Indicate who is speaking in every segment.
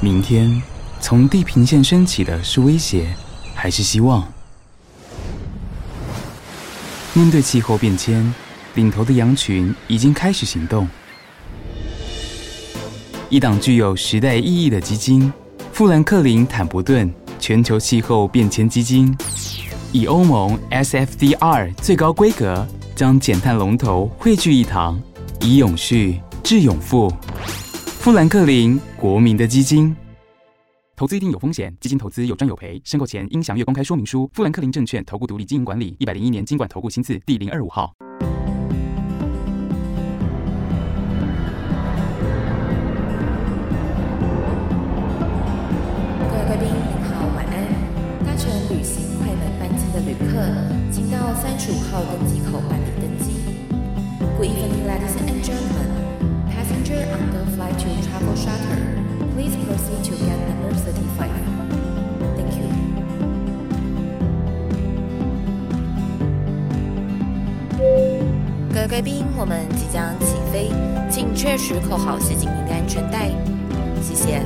Speaker 1: 明天从地平线升起的是威胁，还是希望？面对气候变迁，领头的羊群已经开始行动。一档具有时代意义的基金——富兰克林坦伯顿全球气候变迁基金，以欧盟 SFDR 最高规格，将减碳龙头汇聚一堂，以永续致永富。富兰克林，国民的基金。投资一定有风险，基金投资有赚有赔。申购前应详阅公开说明书。富兰克林证券投顾独立经营管理，一百零一年经管投顾新字第零二五号。
Speaker 2: 各位贵宾，您好，晚安。搭乘旅行快门班机的旅客，请到三十五号登机口办理登机。Good evening, ladies and gentlemen. Passenger on the flight to Travel Charter, please proceed to get number thirty-five. Thank you. 各位贵宾，我们即将起飞，请确实扣好系紧您的安全带，谢谢。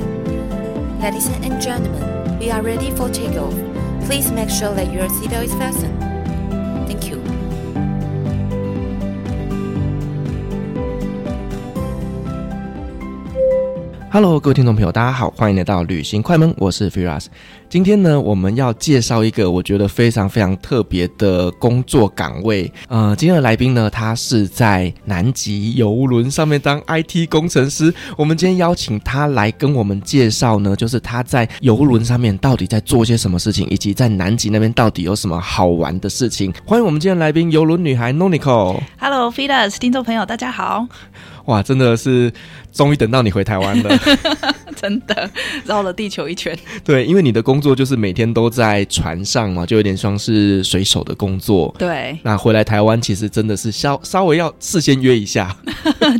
Speaker 2: Ladies and gentlemen, we are ready for takeoff. Please make sure that your seatbelt is fastened. Thank you.
Speaker 3: 哈喽，各位听众朋友，大家好，欢迎来到旅行快门，我是 Firas。今天呢，我们要介绍一个我觉得非常非常特别的工作岗位。呃，今天的来宾呢，他是在南极游轮上面当 IT 工程师。我们今天邀请他来跟我们介绍呢，就是他在游轮上面到底在做些什么事情，以及在南极那边到底有什么好玩的事情。欢迎我们今天的来宾游轮女孩 Nonico。
Speaker 4: Hello, Fidas，听众朋友，大家好！
Speaker 3: 哇，真的是终于等到你回台湾了。
Speaker 4: 真的绕了地球一圈，
Speaker 3: 对，因为你的工作就是每天都在船上嘛，就有点像是水手的工作。
Speaker 4: 对，
Speaker 3: 那回来台湾其实真的是稍稍微要事先约一下，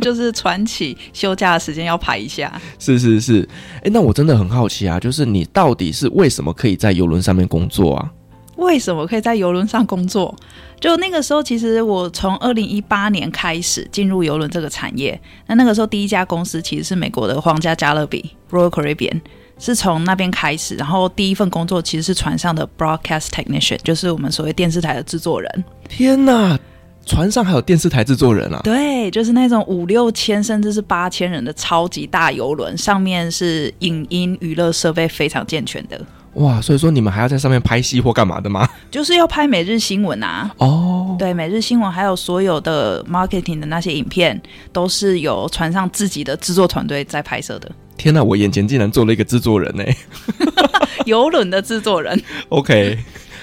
Speaker 4: 就是传奇休假的时间要排一下。
Speaker 3: 是是是。哎，那我真的很好奇啊，就是你到底是为什么可以在游轮上面工作啊？
Speaker 4: 为什么可以在游轮上工作？就那个时候，其实我从二零一八年开始进入游轮这个产业。那那个时候第一家公司其实是美国的皇家加勒比 （Royal Caribbean），是从那边开始。然后第一份工作其实是船上的 broadcast technician，就是我们所谓电视台的制作人。
Speaker 3: 天哪，船上还有电视台制作人啊！
Speaker 4: 对，就是那种五六千甚至是八千人的超级大游轮，上面是影音娱乐设备非常健全的，
Speaker 3: 哇，所以说你们还要在上面拍戏或干嘛的吗？
Speaker 4: 就是要拍每日新闻啊。
Speaker 3: 哦，
Speaker 4: 对，每日新闻还有所有的 marketing 的那些影片，都是由船上自己的制作团队在拍摄的。
Speaker 3: 天哪，我眼前竟然做了一个制作人呢、
Speaker 4: 游轮的制作人，
Speaker 3: OK，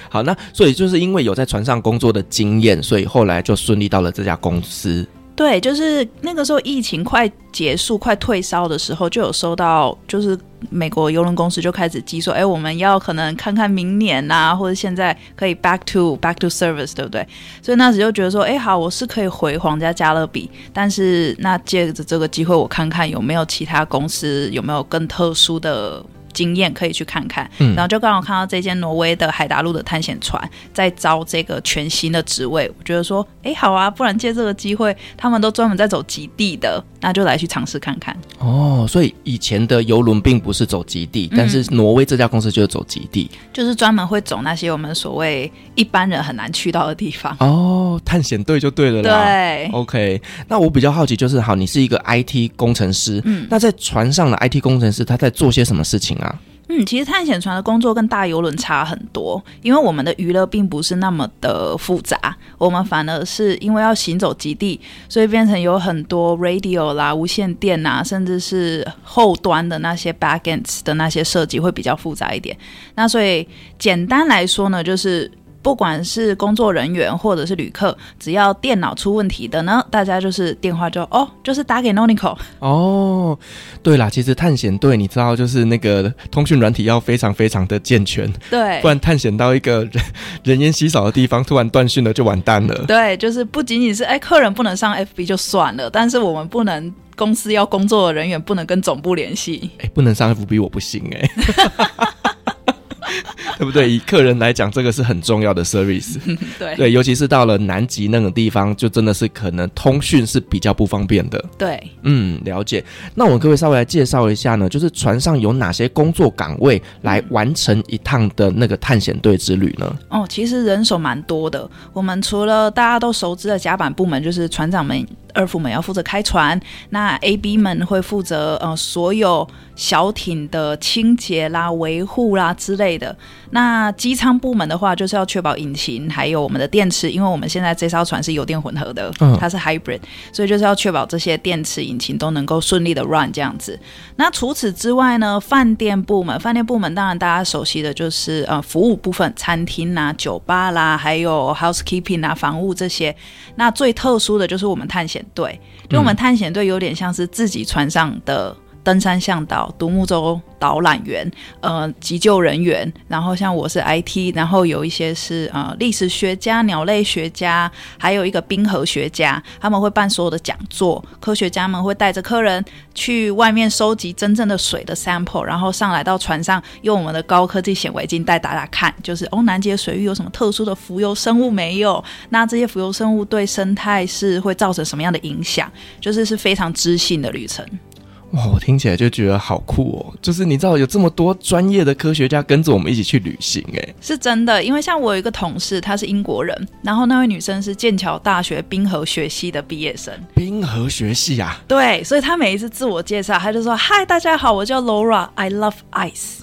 Speaker 3: 好，那所以就是因为有在船上工作的经验，所以后来就顺利到了这家公司。
Speaker 4: 对，就是那个时候疫情快结束、快退烧的时候，就有收到，就是美国邮轮公司就开始寄说，哎，我们要可能看看明年呐、或者现在可以 back to back to service，对不对？所以那时就觉得说，哎，好，我是可以回皇家加勒比，但是那借着这个机会，我看看有没有其他公司有没有更特殊的。经验可以去看看，
Speaker 3: 嗯
Speaker 4: 然后就刚好看到这间挪威的海达路的探险船在招这个全新的职位，我觉得说，哎，好啊，不然借这个机会，他们都专门在走极地的，那就来去尝试看看。
Speaker 3: 哦，所以以前的游轮并不是走极地，但是挪威这家公司就是走极地。
Speaker 4: 就是专门会走那些我们所谓一般人很难去到的地方。
Speaker 3: 哦，探险队就对了啦。
Speaker 4: 对，
Speaker 3: OK，那我比较好奇就是，好，你是一个 IT 工程师，嗯，那在船上的 IT 工程师他在做些什么事情啊？
Speaker 4: 嗯，其实探险船的工作跟大游轮差很多，因为我们的娱乐并不是那么的复杂，我们反而是因为要行走极地，所以变成有很多 radio 啦、无线电啦，甚至是后端的那些 backends 的那些设计会比较复杂一点。那所以简单来说呢，就是。不管是工作人员或者是旅客，只要电脑出问题的呢，大家就是电话就哦，就是打给 Nonico，
Speaker 3: 哦，对啦，其实探险队你知道，就是那个通讯软体要非常非常的健全，
Speaker 4: 对
Speaker 3: 不，然探险到一个人 人烟稀少的地方，突然断讯了就完蛋 了。
Speaker 4: 对，就是不仅仅是哎，客人不能上 FB 就算了，但是我们不能公司要工作的人员不能跟总部联系。
Speaker 3: 哎、不能上 FB 我不行哎、 对不对？以客人来讲，这个是很重要的 service。
Speaker 4: 对
Speaker 3: 对，尤其是到了南极那种地方，就真的是可能通讯是比较不方便的。
Speaker 4: 对
Speaker 3: 嗯，了解。那我们各位稍微来介绍一下呢，就是船上有哪些工作岗位来完成一趟的那个探险队之旅呢？
Speaker 4: 哦，其实人手蛮多的。我们除了大家都熟知的甲板部门，就是船长们、二副们要负责开船，那 A、B 们会负责呃所有小艇的清洁啦、维护啦之类的。那机舱部门的话，就是要确保引擎还有我们的电池，因为我们现在这艘船是油电混合的，
Speaker 3: 嗯
Speaker 4: 它是 hybrid，所以就是要确保这些电池、引擎都能够顺利的 run 这样子。那除此之外呢，饭店部门，饭店部门当然大家熟悉的就是呃服务部分，餐厅啦、酒吧啦，还有 housekeeping 啊、房务这些。那最特殊的就是我们探险队，就我们探险队有点像是自己船上的。登山向导、独木舟导览员、呃，急救人员，然后像我是 IT，然后有一些是呃历史学家、鸟类学家，还有一个冰河学家，他们会办所有的讲座，科学家们会带着客人去外面收集真正的水的 sample，然后上来到船上，用我们的高科技显微镜带大家看，就是哦，南极的水域有什么特殊的浮游生物没有？那这些浮游生物对生态是会造成什么样的影响？就是是非常知性的旅程。
Speaker 3: 哇，我听起来就觉得好酷哦！就是你知道有这么多专业的科学家跟着我们一起去旅行，哎诶，
Speaker 4: 是真的，因为像我有一个同事，她是英国人，然后那位女生是剑桥大学冰河学系的毕业生，
Speaker 3: 冰河学系啊，
Speaker 4: 对，所以她每一次自我介绍，她就说：“嗨，大家好，我叫 Laura，I love ice。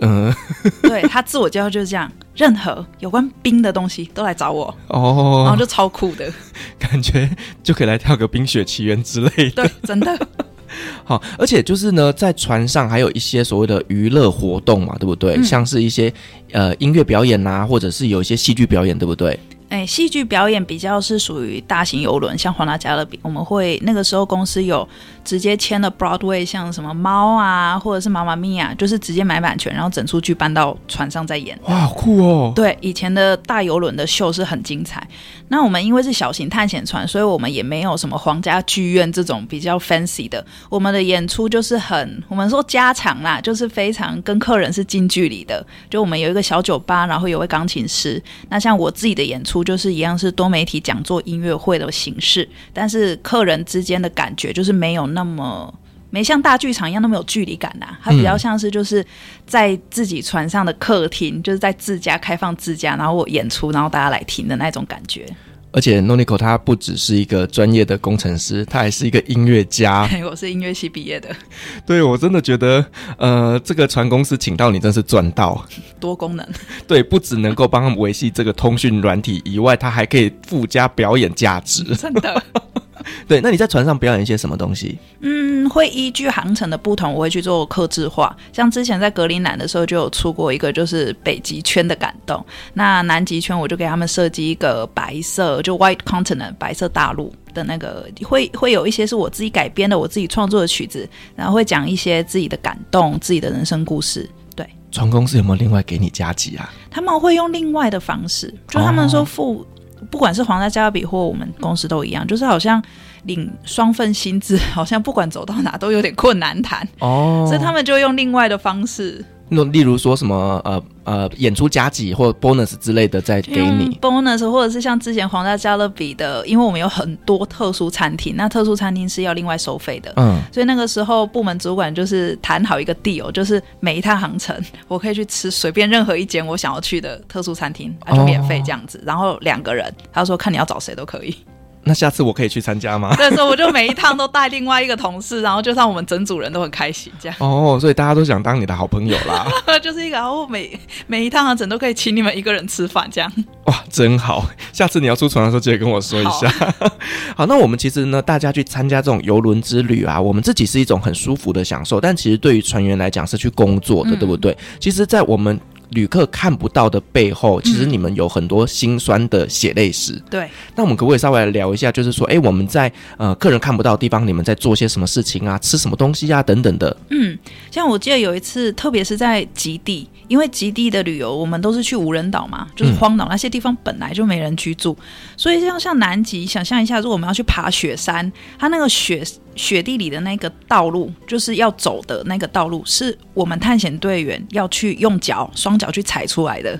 Speaker 3: 嗯，
Speaker 4: 对”她自我介绍就是这样，任何有关冰的东西都来找我，然
Speaker 3: 哦
Speaker 4: 后，就超酷的，
Speaker 3: 感觉就可以来跳个《冰雪奇缘》之类的。
Speaker 4: 对，真的，
Speaker 3: 好，而且就是呢，在船上还有一些所谓的娱乐活动嘛，对不对？
Speaker 4: 嗯
Speaker 3: 像是一些呃音乐表演啊，或者是有一些戏剧表演，对不对？
Speaker 4: 哎，戏剧表演比较是属于大型游轮，像皇达加勒比，我们会那个时候公司有直接签了 Broadway，像什么猫啊，或者是妈妈咪呀，就是直接买版权，然后整出剧搬到船上再演。
Speaker 3: 哇，好酷哦！
Speaker 4: 对，以前的大游轮的秀是很精彩。那我们因为是小型探险船，所以我们也没有什么皇家剧院这种比较 fancy 的。我们的演出就是很，我们说家常啦，就是非常跟客人是近距离的。就我们有一个小酒吧，然后有位钢琴师。那像我自己的演出，就是一样是多媒体讲座音乐会的形式，但是客人之间的感觉就是没有那么。没像大剧场一样那么有距离感呐、啊它比较
Speaker 3: 嗯
Speaker 4: 像是就是在自己船上的客厅，就是在自家开放自家，然后我演出，然后大家来听的那种感觉。
Speaker 3: 而且 Nonico 他不只是一个专业的工程师，他还是一个音乐家。
Speaker 4: 对，我是音乐系毕业的，
Speaker 3: 对我真的觉得，呃，这个船公司请到你真是赚到。
Speaker 4: 多功能。
Speaker 3: 对，不只能够帮他们维系这个通讯软体以外，他还可以附加表演价值。
Speaker 4: 真的。
Speaker 3: 对，那你在船上表演一些什么东西？
Speaker 4: 嗯，会依据航程的不同，我会去做克制化。像之前在格陵兰的时候，就有出过一个就是北极圈的感动。那南极圈，我就给他们设计一个白色，就 White Continent 白色大陆的那个，会会有一些是我自己改编的，我自己创作的曲子，然后会讲一些自己的感动、自己的人生故事。对。
Speaker 3: 船公司有没有另外给你加急啊？
Speaker 4: 他们会用另外的方式，就他
Speaker 3: 哦
Speaker 4: 们说付，不管是皇家加勒比或我们公司都一样，就是好像领双份薪资， 好像不管走到哪都有点困难谈，
Speaker 3: 哦
Speaker 4: 所以他们就用另外的方式，
Speaker 3: 那例如说什么呃呃演出加急或 bonus 之类的再给
Speaker 4: 用
Speaker 3: 你，
Speaker 4: bonus，或者是像之前皇家加勒比的，因为我们有很多特殊餐厅，那特殊餐厅是要另外收费的。
Speaker 3: 嗯，
Speaker 4: 所以那个时候，部门主管就是谈好一个 deal，就是每一趟航程， 我可以去吃随便任何一间我想要去的特殊餐厅，啊，就免费这样子。然后两个人，他说看你要找谁都可以。
Speaker 3: 那下次我可以去参加吗？
Speaker 4: 对，所以我就每一趟都带另外一个同事，然后就让我们整组人都很开心，这样
Speaker 3: 哦，所以大家都想当你的好朋友啦，
Speaker 4: 就是一个，然后每每一趟啊，整都可以请你们一个人吃饭，这样。
Speaker 3: 哇，真好！下次你要出船的时候，记得跟我说一下。 好，那我们其实呢，大家去参加这种游轮之旅啊，我们自己是一种很舒服的享受，但其实对于船员来讲是去工作的，
Speaker 4: 嗯
Speaker 3: 对不对？其实，在我们旅客看不到的背后，其实你们有很多辛酸的血泪史。
Speaker 4: 对，
Speaker 3: 那我们可不可以稍微来聊一下，就是说，哎，我们在呃客人看不到的地方，你们在做些什么事情啊，吃什么东西啊，等等的。
Speaker 4: 嗯，像我记得有一次，特别是在极地，因为极地的旅游，我们都是去无人岛嘛，就是荒岛那些地方本来就没人居住，所以像像南极，想象一下，如果我们要去爬雪山，它那个雪雪地里的那个道路，就是要走的那个道路，是我们探险队员要去用脚双脚去踩出来的。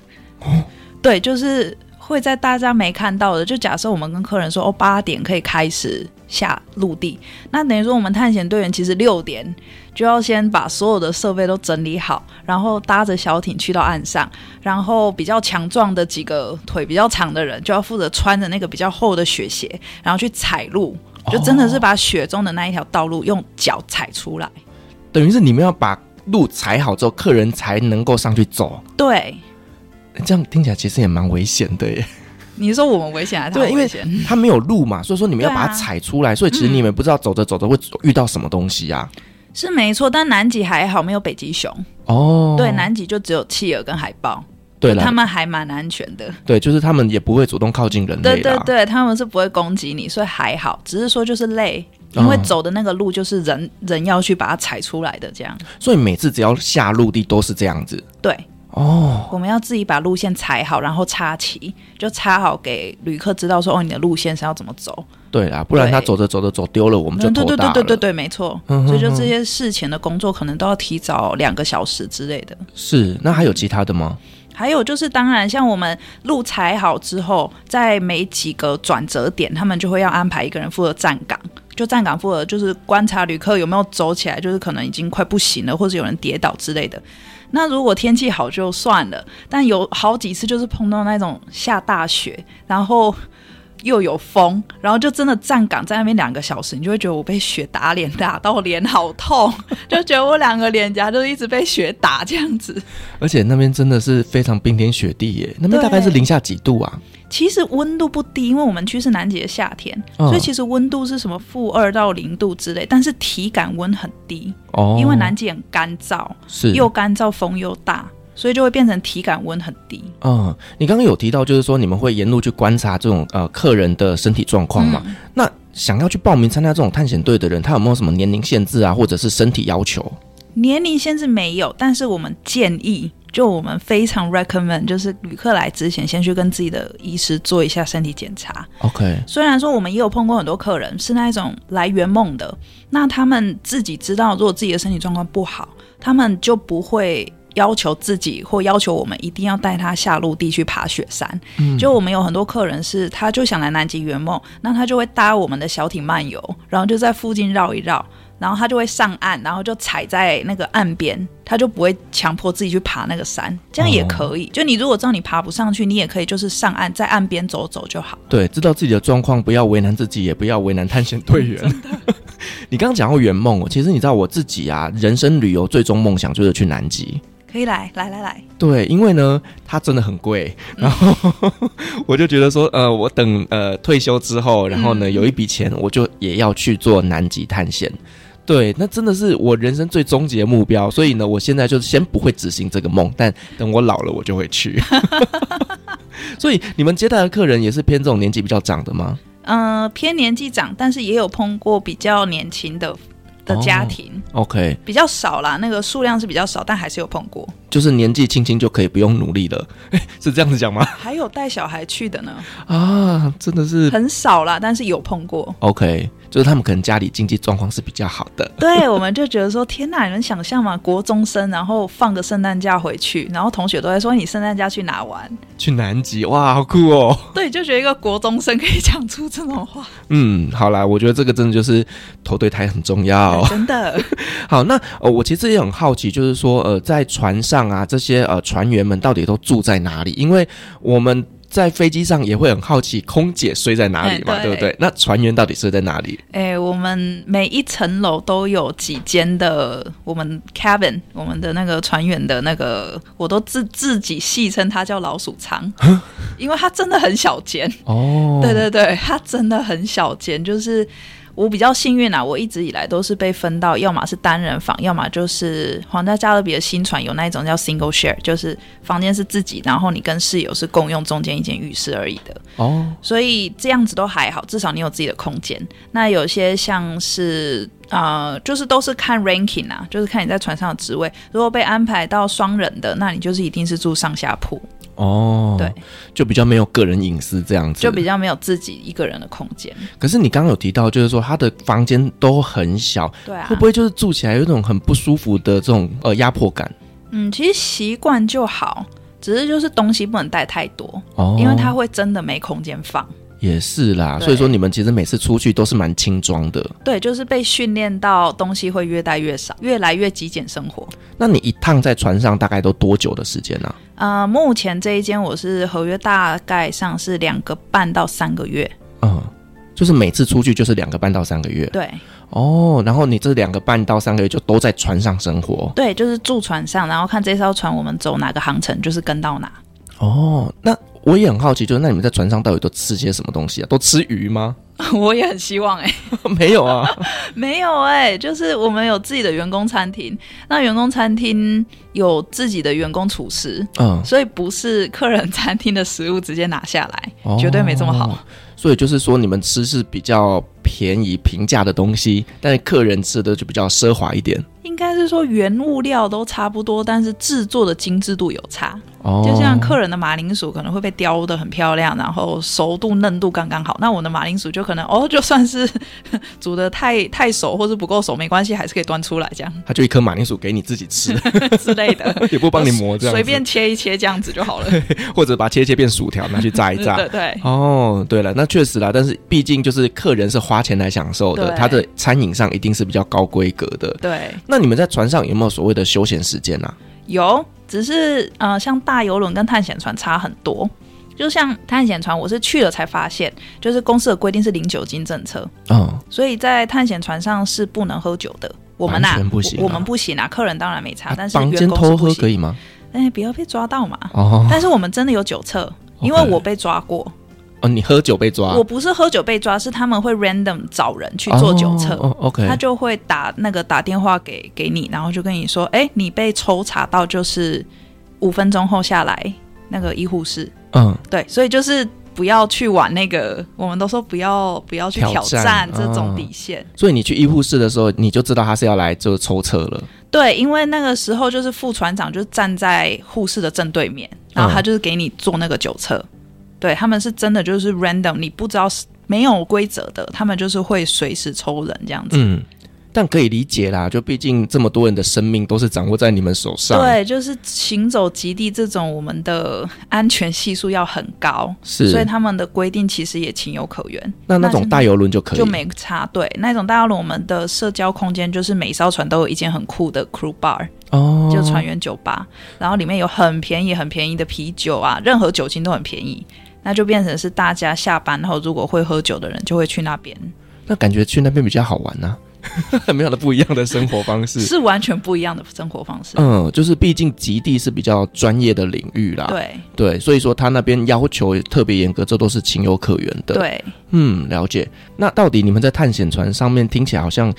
Speaker 4: 对，就是会在大家没看到的，就假设我们跟客人说哦八点可以开始下陆地，那等于说我们探险队员其实六点就要先把所有的设备都整理好，然后搭着小艇去到岸上，然后比较强壮的几个腿比较长的人就要负责穿着那个比较厚的雪鞋，然后去踩路。
Speaker 3: 哦
Speaker 4: 就真的是把雪中的那一条道路用脚踩出来，
Speaker 3: 等于是你们要把路踩好之后，客人才能够上去走。
Speaker 4: 对，
Speaker 3: 这样听起来其实也蛮危险的 耶，
Speaker 4: 你说我们危险还是他
Speaker 3: 对
Speaker 4: 们
Speaker 3: 因为
Speaker 4: 危险？
Speaker 3: 它没有路嘛，所以说你们要
Speaker 4: 对啊
Speaker 3: 把它踩出来，所以其实你们不知道走着走着会遇到什么东西啊。
Speaker 4: 是没错，但南极还好，没有北极熊。
Speaker 3: 哦，
Speaker 4: 对，南极就只有企鹅跟海豹，
Speaker 3: 对了，
Speaker 4: 他们还蛮安全的。
Speaker 3: 对，就是他们也不会主动靠近人类
Speaker 4: 对对
Speaker 3: 啦。
Speaker 4: 对，他们是不会攻击你，所以还好。只是说就是累，因为
Speaker 3: 哦
Speaker 4: 走的那个路就是人、人要去把它踩出来的，这样。
Speaker 3: 所以每次只要下陆地都是这样子。
Speaker 4: 对，
Speaker 3: 哦，
Speaker 4: 我们要自己把路线踩好，然后插旗，就插好给旅客知道说哦，你的路线是要怎么走。
Speaker 3: 对啦，不然他
Speaker 4: 对
Speaker 3: 走着走着走丢了，我们就
Speaker 4: 嗯对
Speaker 3: 头
Speaker 4: 对
Speaker 3: 大
Speaker 4: 对
Speaker 3: 了。
Speaker 4: 对对对，没错。
Speaker 3: 嗯哼
Speaker 4: 所以就这些事前的工作，可能都要提早两个小时之类的。
Speaker 3: 是，那还有其他的吗？
Speaker 4: 还有就是，当然，像我们路踩好之后，在每几个转折点，他们就会要安排一个人负责站岗。就站岗负责就是观察旅客有没有走起来，就是可能已经快不行了，或者有人跌倒之类的。那如果天气好就算了，但有好几次就是碰到那种下大雪，然后又有风，然后就真的站岗在那边两个小时，你就会觉得我被雪打脸打到脸好痛，就觉得我两个脸颊就一直被雪打这样子。
Speaker 3: 而且那边真的是非常冰天雪地耶，那边大概是
Speaker 4: 对
Speaker 3: 零下几度啊？
Speaker 4: 其实温度不低，因为我们去是南极的夏天，
Speaker 3: 嗯
Speaker 4: 所以其实温度是什么负二到零度之类，但是体感温很低，
Speaker 3: 哦，
Speaker 4: 因为南极很干燥，
Speaker 3: 是
Speaker 4: 又干燥，风又大，所以就会变成体感温很低。
Speaker 3: 嗯，你刚刚有提到，就是说你们会沿路去观察这种呃客人的身体状况
Speaker 4: 嗯
Speaker 3: 嘛？那想要去报名参加这种探险队的人，他有没有什么年龄限制啊，或者是身体要求？
Speaker 4: 年龄限制没有，但是我们建议，就我们非常 recommend，就是旅客来之前先去跟自己的医师做一下身体检查，
Speaker 3: OK，
Speaker 4: 虽然说我们也有碰过很多客人是那一种来圆梦的，那他们自己知道，如果自己的身体状况不好，他们就不会。要求自己或要求我们一定要带他下陆地去爬雪山。就我们有很多客人是，他就想来南极圆梦，那他就会搭我们的小艇漫游，然后就在附近绕一绕，然后他就会上岸，然后就踩在那个岸边，他就不会强迫自己去爬那个山，这样也可以。就你如果知道你爬不上去，你也可以就是上岸，在岸边走走就好。
Speaker 3: 对，知道自己的状况，不要为难自己，也不要为难探险队 员。 你刚刚讲到圆梦，哦其实你知道我自己啊，人生旅游最终梦想就是去南极。
Speaker 4: 可以来，来来来，
Speaker 3: 对，因为呢，它真的很贵，然后、我就觉得说，呃，我等呃退休之后，然后呢，有一笔钱，我就也要去做南极探险。对，那真的是我人生最终极的目标，所以呢，我现在就先不会执行这个梦，但等我老了，我就会 去。所以你们接待的客人也是偏这种年纪比较长的吗？
Speaker 4: 嗯、偏年纪长，但是也有碰过比较年轻的的家庭，
Speaker 3: OK，
Speaker 4: 比较少啦，那个数量是比较少，但还是有碰过。
Speaker 3: 就是年纪轻轻就可以不用努力了， 是这样子讲吗？
Speaker 4: 还有带小孩去的呢，
Speaker 3: 啊，真的是
Speaker 4: 很少啦，但是有碰过。
Speaker 3: OK，就是他们可能家里经济状况是比较好的，
Speaker 4: 对，我们就觉得说，天哪，你能想 象吗？国中生，然后放个圣诞假回去，然后同学都在说你圣诞假去哪玩？
Speaker 3: 去南极，哇，好酷哦！
Speaker 4: 对，就觉得一个国中生可以讲出这种话，
Speaker 3: 嗯，好啦，我觉得这个真的就是投对台很重 要。
Speaker 4: 真的。
Speaker 3: 好，那呃，我其实也很好奇，就是说呃，在船上啊，这些呃船员们到底都住在哪里？因为我们在飞机上也会很好奇，空姐睡在哪里嘛，
Speaker 4: 哎
Speaker 3: 对
Speaker 4: 对
Speaker 3: 不对？那船员到底睡在哪里？
Speaker 4: 哎、我们每一层楼都有几间的我们 cabin，我们的那个船员的那个，我都自自己戏称它叫老鼠仓，因为它真的很小间。
Speaker 3: 哦
Speaker 4: 对，对对，它真的很小间，就是我比较幸运啊，我一直以来都是被分到，要么是单人房，要么就是皇家加勒比的新船有那一种叫 single share，就是房间是自己，然后你跟室友是共用中间一间浴室而已的。
Speaker 3: 哦，
Speaker 4: 所以这样子都还好，至少你有自己的空间。那有些像是呃，就是都是看 ranking 啊，就是看你在船上的职位。如果被安排到双人的，那你就是一定是住上下铺。
Speaker 3: 哦，
Speaker 4: 对，
Speaker 3: 就比较没有个人隐私这样子，
Speaker 4: 就比较没有自己一个人的空间。
Speaker 3: 可是你刚刚有提到，就是说他的房间都很小，
Speaker 4: 对啊，
Speaker 3: 会不会就是住起来有一种很不舒服的这种呃压迫感？
Speaker 4: 嗯，其实习惯就好，只是就是东西不能带太多，
Speaker 3: 哦，
Speaker 4: 因为它会真的没空间放。
Speaker 3: 也是啦，
Speaker 4: 对
Speaker 3: 所以说你们其实每次出去都是蛮轻装的。
Speaker 4: 对，就是被训练到东西会越带越少，越来越极简生活。
Speaker 3: 那你一趟在船上大概都多久的时间啊呢、
Speaker 4: 呃，目前这一间我是合约大概上是两个半到三个月，
Speaker 3: 嗯，就是每次出去就是两个半到三个月。
Speaker 4: 对
Speaker 3: 哦，然后你这两个半到三个月就都在船上生活。
Speaker 4: 对，就是住船上，然后看这艘船我们走哪个航程，就是跟到哪。
Speaker 3: 哦，那我也很好奇，就是那你们在船上到底都吃些什么东西啊？都吃鱼吗？
Speaker 4: 我也很希望哎、
Speaker 3: 没有啊。
Speaker 4: 没有哎、就是我们有自己的员工餐厅，那员工餐厅有自己的员工厨师，
Speaker 3: 嗯，
Speaker 4: 所以不是客人餐厅的食物直接拿下来，
Speaker 3: 哦
Speaker 4: 绝对没这么好。
Speaker 3: 所以就是说，你们吃是比较便宜、平价的东西，但是客人吃的就比较奢华一点。
Speaker 4: 应该是说原物料都差不多，但是制作的精致度有差。
Speaker 3: 哦
Speaker 4: 就像客人的马铃薯可能会被雕的很漂亮，然后熟度嫩度刚刚好，那我的马铃薯就可能哦，就算是 煮的太太熟或是不够熟没关系，还是可以端出来 这样
Speaker 3: 他就一颗马铃薯给你自己吃，
Speaker 4: 之类的。
Speaker 3: 也不帮你哦磨，这样子
Speaker 4: 随便，切一切这样子就好了。
Speaker 3: 或者把它切一切变薯条，拿去 炸一炸。
Speaker 4: 对对
Speaker 3: 哦，对了，那确实啦，但是毕竟就是客人是花钱来享受的，
Speaker 4: 对
Speaker 3: 他的餐饮上一定是比较高规格的。
Speaker 4: 对，
Speaker 3: 那你们在船上有没有所谓的休闲时间啊？
Speaker 4: 有，只是呃，像大游轮跟探险船差很多。就像探险船，我是去了才发现，就是公司的规定是零酒精政策，
Speaker 3: 嗯，
Speaker 4: 所以在探险船上是不能喝酒的。我们呐、
Speaker 3: 完全不行啊
Speaker 4: 我我们不行啊，客人当然没差，
Speaker 3: 啊
Speaker 4: 但是
Speaker 3: 房
Speaker 4: 员
Speaker 3: 间
Speaker 4: 工是
Speaker 3: 偷
Speaker 4: 不
Speaker 3: 喝
Speaker 4: 行
Speaker 3: 可以吗？
Speaker 4: 哎、不要被抓到嘛。
Speaker 3: 哦
Speaker 4: 但是我们真的有酒测，因为
Speaker 3: OK
Speaker 4: 我被抓过。
Speaker 3: 哦，你喝酒被抓，
Speaker 4: 我不是喝酒被抓，是他们会 random 找人去做酒测。
Speaker 3: 哦哦，OK，
Speaker 4: 他就会打那个打电话给给你，然后就跟你说，哎、你被抽查到，就是五分钟后下来那个医护室，
Speaker 3: 嗯，
Speaker 4: 对，所以就是不要去玩那个，我们都说不要不要去
Speaker 3: 挑
Speaker 4: 挑
Speaker 3: 战
Speaker 4: 战这
Speaker 3: 嗯
Speaker 4: 种底线，
Speaker 3: 所以你去医护室的时候，你就知道他是要来就抽车了。
Speaker 4: 对，因为那个时候就是副船长就站在护士的正对面，
Speaker 3: 嗯
Speaker 4: 然后他就是给你做那个酒测，对他们是真的就是 random，你不知道是没有规则的，他们就是会随时抽人这样子。
Speaker 3: 嗯，但可以理解啦，就毕竟这么多人的生命都是掌握在你们手上。，
Speaker 4: 对，就是行走极地这种，我们的安全系数要很高，
Speaker 3: 是
Speaker 4: 所以他们的规定其实也情有可原，
Speaker 3: 那那
Speaker 4: 那
Speaker 3: 种
Speaker 4: 是
Speaker 3: 大游轮就可以，
Speaker 4: 就没差。对，那种大家我们的社交空间就是每一艘船都有一间很酷的 crew bar，、
Speaker 3: 哦，
Speaker 4: 就船员酒吧，然后里面有很便宜、很便宜的啤酒啊，任何酒精都很便宜。那就变成是大家下班后，如果会喝酒的人就会去那边，
Speaker 3: 那感觉去那边比较好玩呐、啊， 没有了不一样的生活方式。
Speaker 4: 是完全不一样的生活方式。
Speaker 3: 嗯，就是毕竟极地是比较专业的领域啦，
Speaker 4: 对
Speaker 3: 对所以说他那边要求特别严格，这都是情有可原的。，
Speaker 4: 对，
Speaker 3: 嗯，了解。那到底你们在探险船上面听起来好像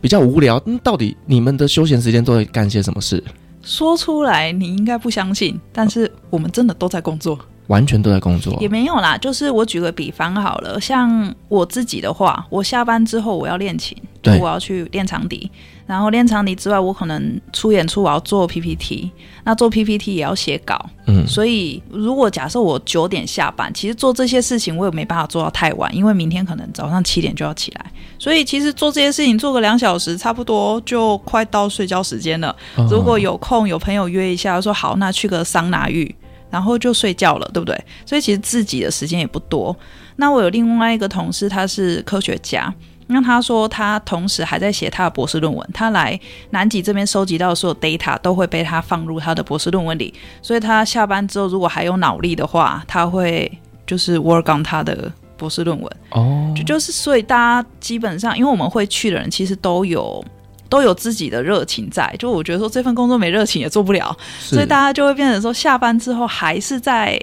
Speaker 3: 比较无聊，嗯，到底你们的休闲时间都在干些什么事？
Speaker 4: 说出来你应该不相信，但是我们真的都在工作。
Speaker 3: 完全都在工作，
Speaker 4: 也没有啦，就是我举个比方好了，像我自己的话，我下班之后我要练琴，就
Speaker 3: 对
Speaker 4: 我要去练长笛，然后练长笛之外，我可能出演出我要做 PPT，那做 PPT 也要写稿，
Speaker 3: 嗯，
Speaker 4: 所以如果假设我九点下班，其实做这些事情我也没办法做到太晚，因为明天可能早上七点就要起来，所以其实做这些事情做个两小时，差不多就快到睡觉时间了。
Speaker 3: 嗯
Speaker 4: 如果有空，有朋友约一下，说好，那去个桑拿浴，然后就睡觉了，对不对？所以其实自己的时间也不多。那我有另外一个同事，他是科学家。那他说，他同时还在写他的博士论文。他来南极这边收集到的所有 data 都会被他放入他的博士论文里，所以他下班之后如果还有脑力的话，他会就是 work on 他的博士论文。
Speaker 3: 哦，
Speaker 4: 就就是，所以大家基本上，因为我们会去的人其实都有都有自己的热情在。就我觉得说这份工作没热情也做不了，
Speaker 3: 所
Speaker 4: 所以大家就会变成说下班之后还是在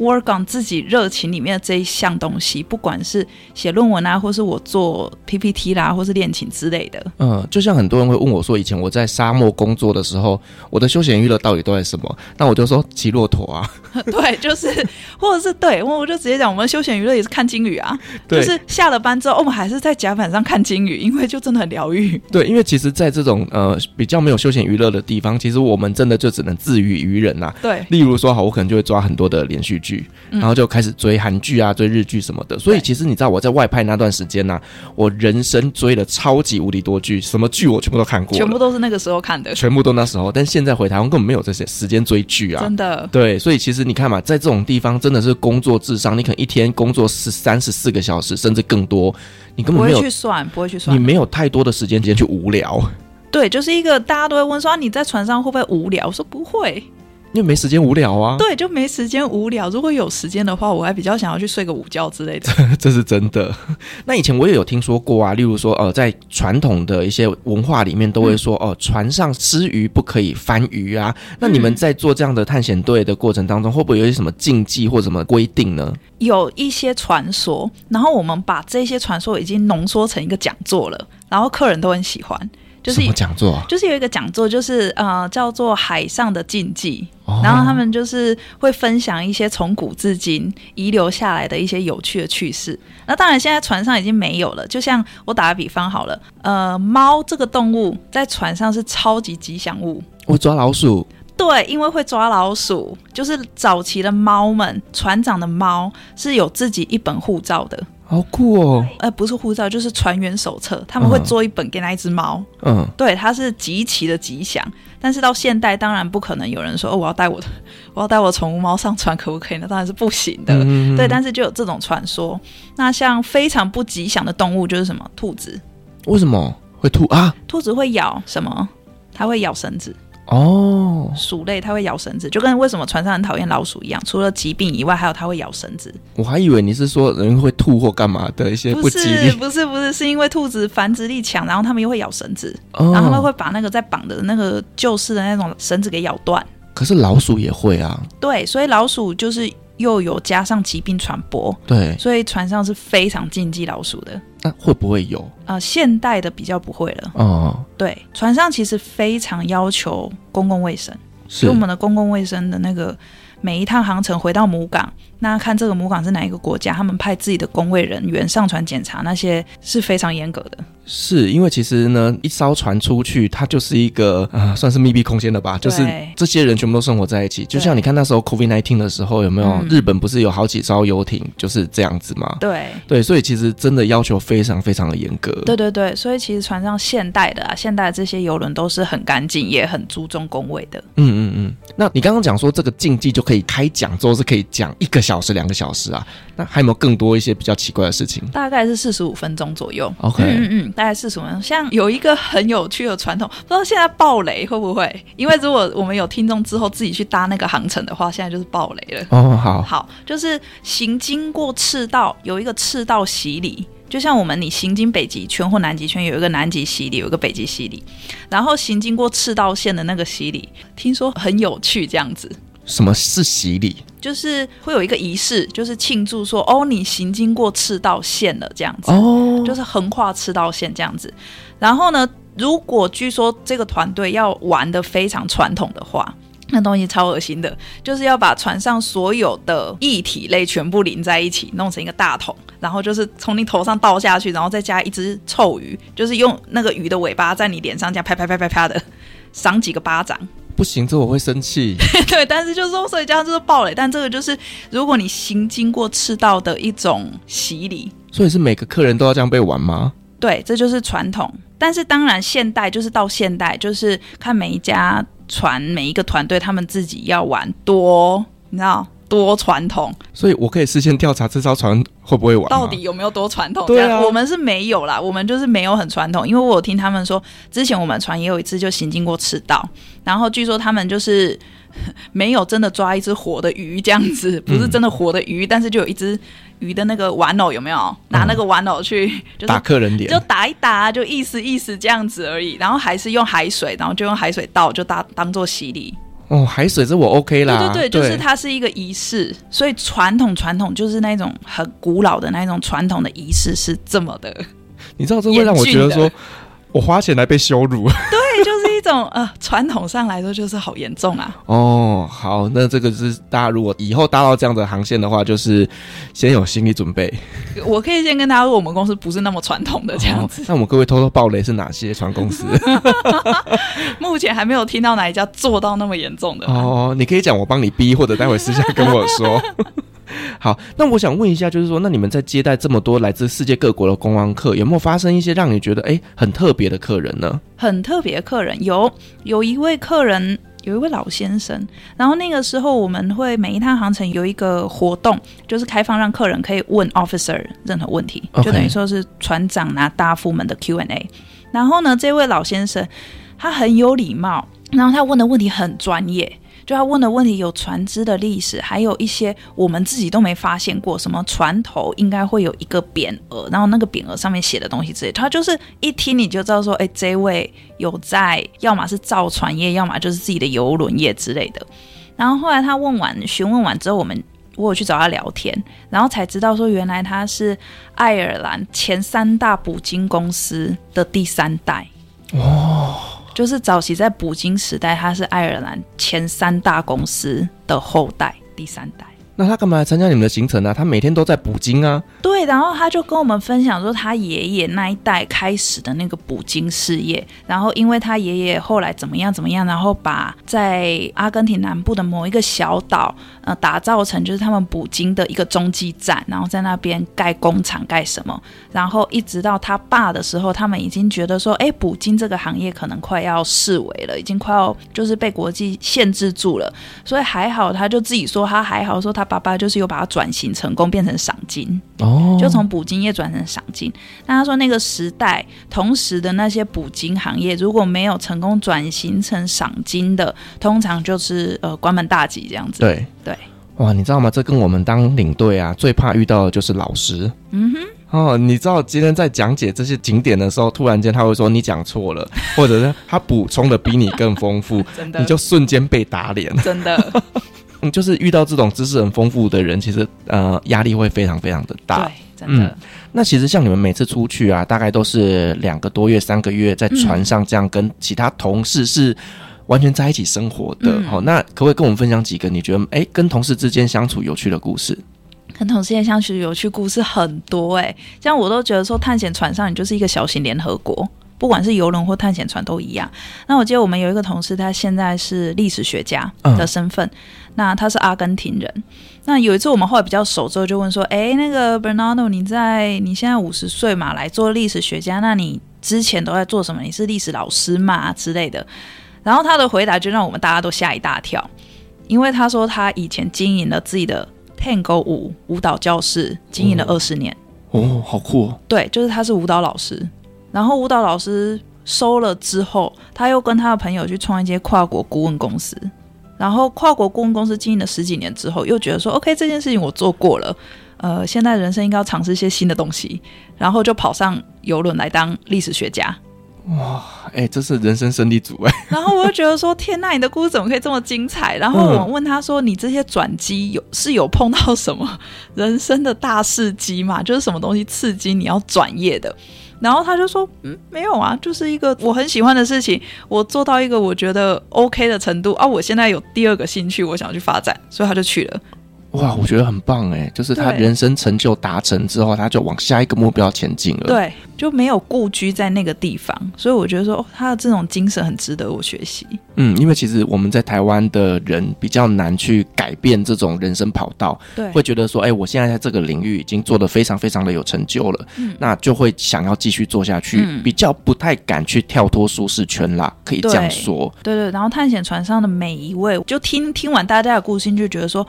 Speaker 4: work on 自己热情里面的这一项东西，不管是写论文啊，或是我做 PPT 啦，或是恋情之类的。
Speaker 3: 嗯，就像很多人会问我说，以前我在沙漠工作的时候，我的休闲娱乐到底都在什么？那我就说骑骆驼啊，
Speaker 4: 对，就是或者是对，我我就直接讲，我们休闲娱乐也是看金鱼啊，就
Speaker 3: 对
Speaker 4: 是下了班之后，我们还是在甲板上看金鱼，因为就真的很疗愈。
Speaker 3: 对，因为其实，在这种呃比较没有休闲娱乐的地方，其实我们真的就只能自娱于人呐、啊
Speaker 4: 对，
Speaker 3: 例如说，好，我可能就会抓很多的连续剧，
Speaker 4: 嗯
Speaker 3: 然后就开始追韩剧啊、追日剧什么的。所以
Speaker 4: 对
Speaker 3: 其实你知道，我在外派那段时间呢、我人生追了超级无敌多剧，什么剧我全部都看过了，
Speaker 4: 全部都是那个时候看的，
Speaker 3: 全部都那时候。但现在回台湾根本没有这些时间追剧啊
Speaker 4: 真。的。
Speaker 3: 对，所以其实你看嘛，在这种地方真的是工作至上，你可能一天工作是三十四个小时，甚至更多，你根
Speaker 4: 不
Speaker 3: 嗯本没
Speaker 4: 会
Speaker 3: 有
Speaker 4: 去算，不会去算
Speaker 3: 你。没有太多的时间间去无聊，
Speaker 4: 对，就是一个大家都会问说、啊、你在船上会不会无聊？我说不会，
Speaker 3: 因为没时间无聊啊。
Speaker 4: 对，就没时间无聊。如果有时间的话，我还比较想要去睡个午觉之类的。
Speaker 3: 这是真的。 那以前我也有听说过啊，例如说，呃，在传统的一些文化里面，都
Speaker 4: 嗯
Speaker 3: 会说，哦、船上吃鱼不可以翻鱼啊。那你
Speaker 4: 嗯
Speaker 3: 们在做这样的探险队的过程当中，会不会有一些什么禁忌或什么规定呢？
Speaker 4: 有一些传说，然后我们把这些传说已经浓缩成一个讲座了，然后客人都很喜欢，就是
Speaker 3: 什么讲座啊？
Speaker 4: 就是有一个讲座，就是呃叫做海上的禁忌，
Speaker 3: 哦
Speaker 4: 然后他们就是会分享一些从古至今遗留下来的一些有趣的趣事。那当然，现在船上已经没有了。就像我打个比方好了，呃，猫这个动物在船上是超级吉祥物。
Speaker 3: 我抓老鼠，
Speaker 4: 对，因为会抓老鼠，就是早期的猫们，船长的猫是有自己一本护照的，
Speaker 3: 好酷哦。
Speaker 4: 呃，不是护照，就是船员手册，他们会
Speaker 3: 嗯
Speaker 4: 做一本给那一只猫。
Speaker 3: 嗯，
Speaker 4: 对，它是极其的吉祥。但是到现代，当然不可能有人说哦，我要带我的， 我要带我宠物猫上船，可不可以？那当然是不行的。
Speaker 3: 嗯
Speaker 4: 对，但是就有这种传说。那像非常不吉祥的动物就是什么？兔子，
Speaker 3: 为什么会吐啊？
Speaker 4: 兔子会咬什么？它会咬绳子，
Speaker 3: 哦，
Speaker 4: 鼠类它会咬绳子，就跟为什么船上很讨厌老鼠一样。除了疾病以外，还有它会咬绳子。
Speaker 3: 我还以为你是说人会吐或干嘛的一些
Speaker 4: 不
Speaker 3: 不吉
Speaker 4: 是，
Speaker 3: 利，
Speaker 4: 不是，不是，是因为兔子繁殖力强，然后它们又会咬绳子，
Speaker 3: 哦
Speaker 4: 然后它们会把那个在绑的那个旧式的那种绳子给咬断。
Speaker 3: 可是老鼠也会啊，
Speaker 4: 对，所以老鼠就是又有加上疾病传播，
Speaker 3: 对，
Speaker 4: 所以船上是非常禁忌老鼠的。
Speaker 3: 那会不会有？
Speaker 4: 呃，现代的比较不会了。
Speaker 3: 哦，
Speaker 4: 对，船上其实非常要求公共卫生，
Speaker 3: 是
Speaker 4: 所以我们的公共卫生的那个每一趟航程回到母港，那看这个母港是哪一个国家，他们派自己的工卫人员上船检查，那些是非常严格的。
Speaker 3: 是因为其实呢，一艘船出去，它就是一个啊、算是密闭空间了吧，就是这些人全部都生活在一起。就像你看那时候 COVID 1 9的时候，有没有、
Speaker 4: 嗯
Speaker 3: 日本不是有好几艘游艇就是这样子吗？
Speaker 4: 对。
Speaker 3: 对，所以其实真的要求非常非常的严格。
Speaker 4: 对对对，所以其实船上现代的啊，现代的这些游轮都是很干净，也很注重工卫的。
Speaker 3: 嗯嗯嗯。那你刚刚讲说这个竞技就可以开讲座，是可以讲一个小时、两个小时啊？那还有没有更多一些比较奇怪的事情
Speaker 4: 大概是四十五分钟左右。
Speaker 3: ？OK，、
Speaker 4: 嗯嗯，大概是什么？像有一个很有趣的传统，不知道现在爆雷会不会？因为如果我们有听众之后自己去搭那个航程的话，现在就是爆雷了。
Speaker 3: 哦，好，
Speaker 4: 好，就是行经过赤道，有一个赤道洗礼，就像我们你行经北极圈或南极圈，有一个南极洗礼，有一个北极洗礼，然后行经过赤道线的那个洗礼，听说很有趣，这样子。
Speaker 3: 什么是洗礼？
Speaker 4: 就是会有一个仪式，就是庆祝说哦，你行经过赤道线了这样子。
Speaker 3: 哦，
Speaker 4: 就是横跨赤道线这样子。然后呢，如果据说这个团队要玩的非常传统的话，那东西超恶心的，就是要把船上所有的液体类全部淋在一起，弄成一个大桶，然后就是从你头上倒下去，然后再加一只臭鱼，就是用那个鱼的尾巴在你脸上这样啪啪啪啪啪的赏几个巴掌。
Speaker 3: 不行，这我会生气。
Speaker 4: 对，但是就是说，所以这样就是暴雷。但这个就是如果你行经过赤道的一种洗礼，
Speaker 3: 所以是每个客人都要这样被玩吗？
Speaker 4: 对，这就是传统。但是当然，现代就是到现代，就是看每一家船、每一个团队他们自己要玩多，你知道多传统，
Speaker 3: 所以我可以事先调查这艘船会不会玩吗
Speaker 4: 到底有没有多传统？
Speaker 3: 对啊
Speaker 4: 这样我们是没有啦，我们就是没有很传统。因为我有听他们说，之前我们船也有一次就行经过赤道，然后据说他们就是没有真的抓一只活的鱼这样
Speaker 3: 嗯
Speaker 4: 子，不是真的活的鱼，但是就有一只鱼的那个玩偶有没有拿那个玩偶去、就是
Speaker 3: 打客人脸
Speaker 4: 就打一打，就意思意思这样子而已。然后还是用海水，然后就用海水倒，就当当做洗礼。
Speaker 3: 哦，海水这我 OK 啦，
Speaker 4: 对对对，就是它是一个仪式，所以传统传统就是那种很古老的那种传统的仪式是这么的，
Speaker 3: 你知道这会让我觉得
Speaker 4: 严
Speaker 3: 说，我花钱来被羞 辱
Speaker 4: 对，就是一种呃传统上来说就是好严重啊。
Speaker 3: 哦。好，那这个是大家如果以后搭到这样的航线的话，就是先有心理准备。
Speaker 4: 我可以先跟大家说，我们公司不是那么传统的这样子，
Speaker 3: 哦那我们各位偷偷爆雷是哪些船公 司？
Speaker 4: 目前还没有听到哪一家做到那么严重的。
Speaker 3: 哦，你可以讲，我帮你逼，或者待会私下跟我 说。好，那我想问一下，就是说，那你们在接待这么多来自世界各国的观光客，有没有发生一些让你觉得哎很特别的客人呢？
Speaker 4: 很特别的客人，有有一位客人。有一位老先生，然后那个时候我们会每一趟航程有一个活动，就是开放让客人可以问 officer 任何问题
Speaker 3: OK
Speaker 4: 就等于说是船长拿大副们的 Q&A。然后呢，这位老先生他很有礼貌，然后他问的问题很专业，就他问的问题有船只的历史，还有一些我们自己都没发现过，什么船头应该会有一个匾额，然后那个匾额上面写的东西之类，他就是一听你就知道说，哎，这位有在，要么是造船业，要么就是自己的游轮业之类的。然后后来他问完询问完之后，我们我有去找他聊天，然后才知道说，原来他是爱尔兰前三大捕鲸公司的第三代。哦，就是早期在捕鲸时代，他是爱尔兰前三大公司的后代，第三代。
Speaker 3: 那他干嘛来参加你们的行程呢、啊他每天都在捕鲸啊。
Speaker 4: 对，然后他就跟我们分享说，他爷爷那一代开始的那个捕鲸事业，然后因为他爷爷后来怎么样怎么样，然后把在阿根廷南部的某一个小岛，呃，打造成就是他们捕鲸的一个中继站，然后在那边盖工厂盖什么，然后一直到他爸的时候，他们已经觉得说，哎，捕鲸这个行业可能快要式微了，已经快要就是被国际限制住了，所以还好，他就自己说他还好，说他爸爸就是有把它转型成功，变成赏金。
Speaker 3: 哦
Speaker 4: 就从捕鲸业转成赏金。那他说那个时代，同时的那些捕鲸行业如果没有成功转型成赏金的，通常就是呃关门大吉这样子。，
Speaker 3: 对
Speaker 4: 对。
Speaker 3: 哇，你知道吗？这跟我们当领队啊，最怕遇到的就是老师。
Speaker 4: 嗯哼，
Speaker 3: 哦，你知道今天在讲解这些景点的时候，突然间他会说你讲错 了，或者是他补充的比你更丰富，
Speaker 4: 真的，
Speaker 3: 你就瞬间被打脸。
Speaker 4: 真的
Speaker 3: 嗯，就是遇到这种知识很丰富的人，其实呃压力会非常非常的大
Speaker 4: 对。，真的。
Speaker 3: 嗯那其实像你们每次出去啊，大概都是两个多月、三个月在船上这样跟其他同事是完全在一起生活的。
Speaker 4: 嗯
Speaker 3: 好、那可不可以跟我们分享几个你觉得哎跟同事之间相处有趣的故事？
Speaker 4: 跟同事间相处有趣故事很多哎、这样我都觉得说探险船上你就是一个小型联合国，不管是游轮或探险船都一样。那我记得我们有一个同事，他现在是历史学家的身份，那他是阿根廷人。那有一次我们后来比较熟之后，就问说：“哎，那个 Bernardo，你在你现在五十岁嘛，来做历史学家，那你之前都在做什么？你是历史老师嘛之类的？”然后他的回答就让我们大家都吓一大跳，因为他说他以前经营了自己的 Tango 舞舞蹈教室，经营了二十年。
Speaker 3: 哦，好酷、哦！
Speaker 4: 对，就是他是舞蹈老师，然后舞蹈老师收了之后，他又跟他的朋友去创一间跨国顾问公司，然后跨国顾问公司经营了十几年之后，又觉得说 OK 这件事情我做过了，呃，现在人生应该要尝试一些新的东西，然后就跑上游轮来当历史学家。
Speaker 3: 哎，这是人生胜利组哎。
Speaker 4: 然后我就觉得说，天呐，你的故事怎么可以这么精彩？然后我问他说，你这些转机有是有碰到什么人生的大事机吗？就是什么东西刺激你要转业的？然后他就说，嗯，没有啊，就是一个我很喜欢的事情，我做到一个我觉得 OK 的程度啊，我现在有第二个兴趣，我想要去发展，所以他就去了。
Speaker 3: 哇，我觉得很棒哎，就是他
Speaker 4: 对
Speaker 3: 人生成就达成之后，他就往下一个目标前进了。，
Speaker 4: 对，就没有故居在那个地方，所以我觉得说，哦他的这种精神很值得我学习。
Speaker 3: 嗯，因为其实我们在台湾的人比较难去改变这种人生跑道，
Speaker 4: 对
Speaker 3: 会觉得说，哎、我现在在这个领域已经做得非常非常的有成就了，
Speaker 4: 嗯
Speaker 3: 那就会想要继续做下去，
Speaker 4: 嗯
Speaker 3: 比较不太敢去跳脱舒适圈啦，可以这样说。
Speaker 4: 对对，然后探险船上的每一位，就听听完大家的故事，你就觉得说，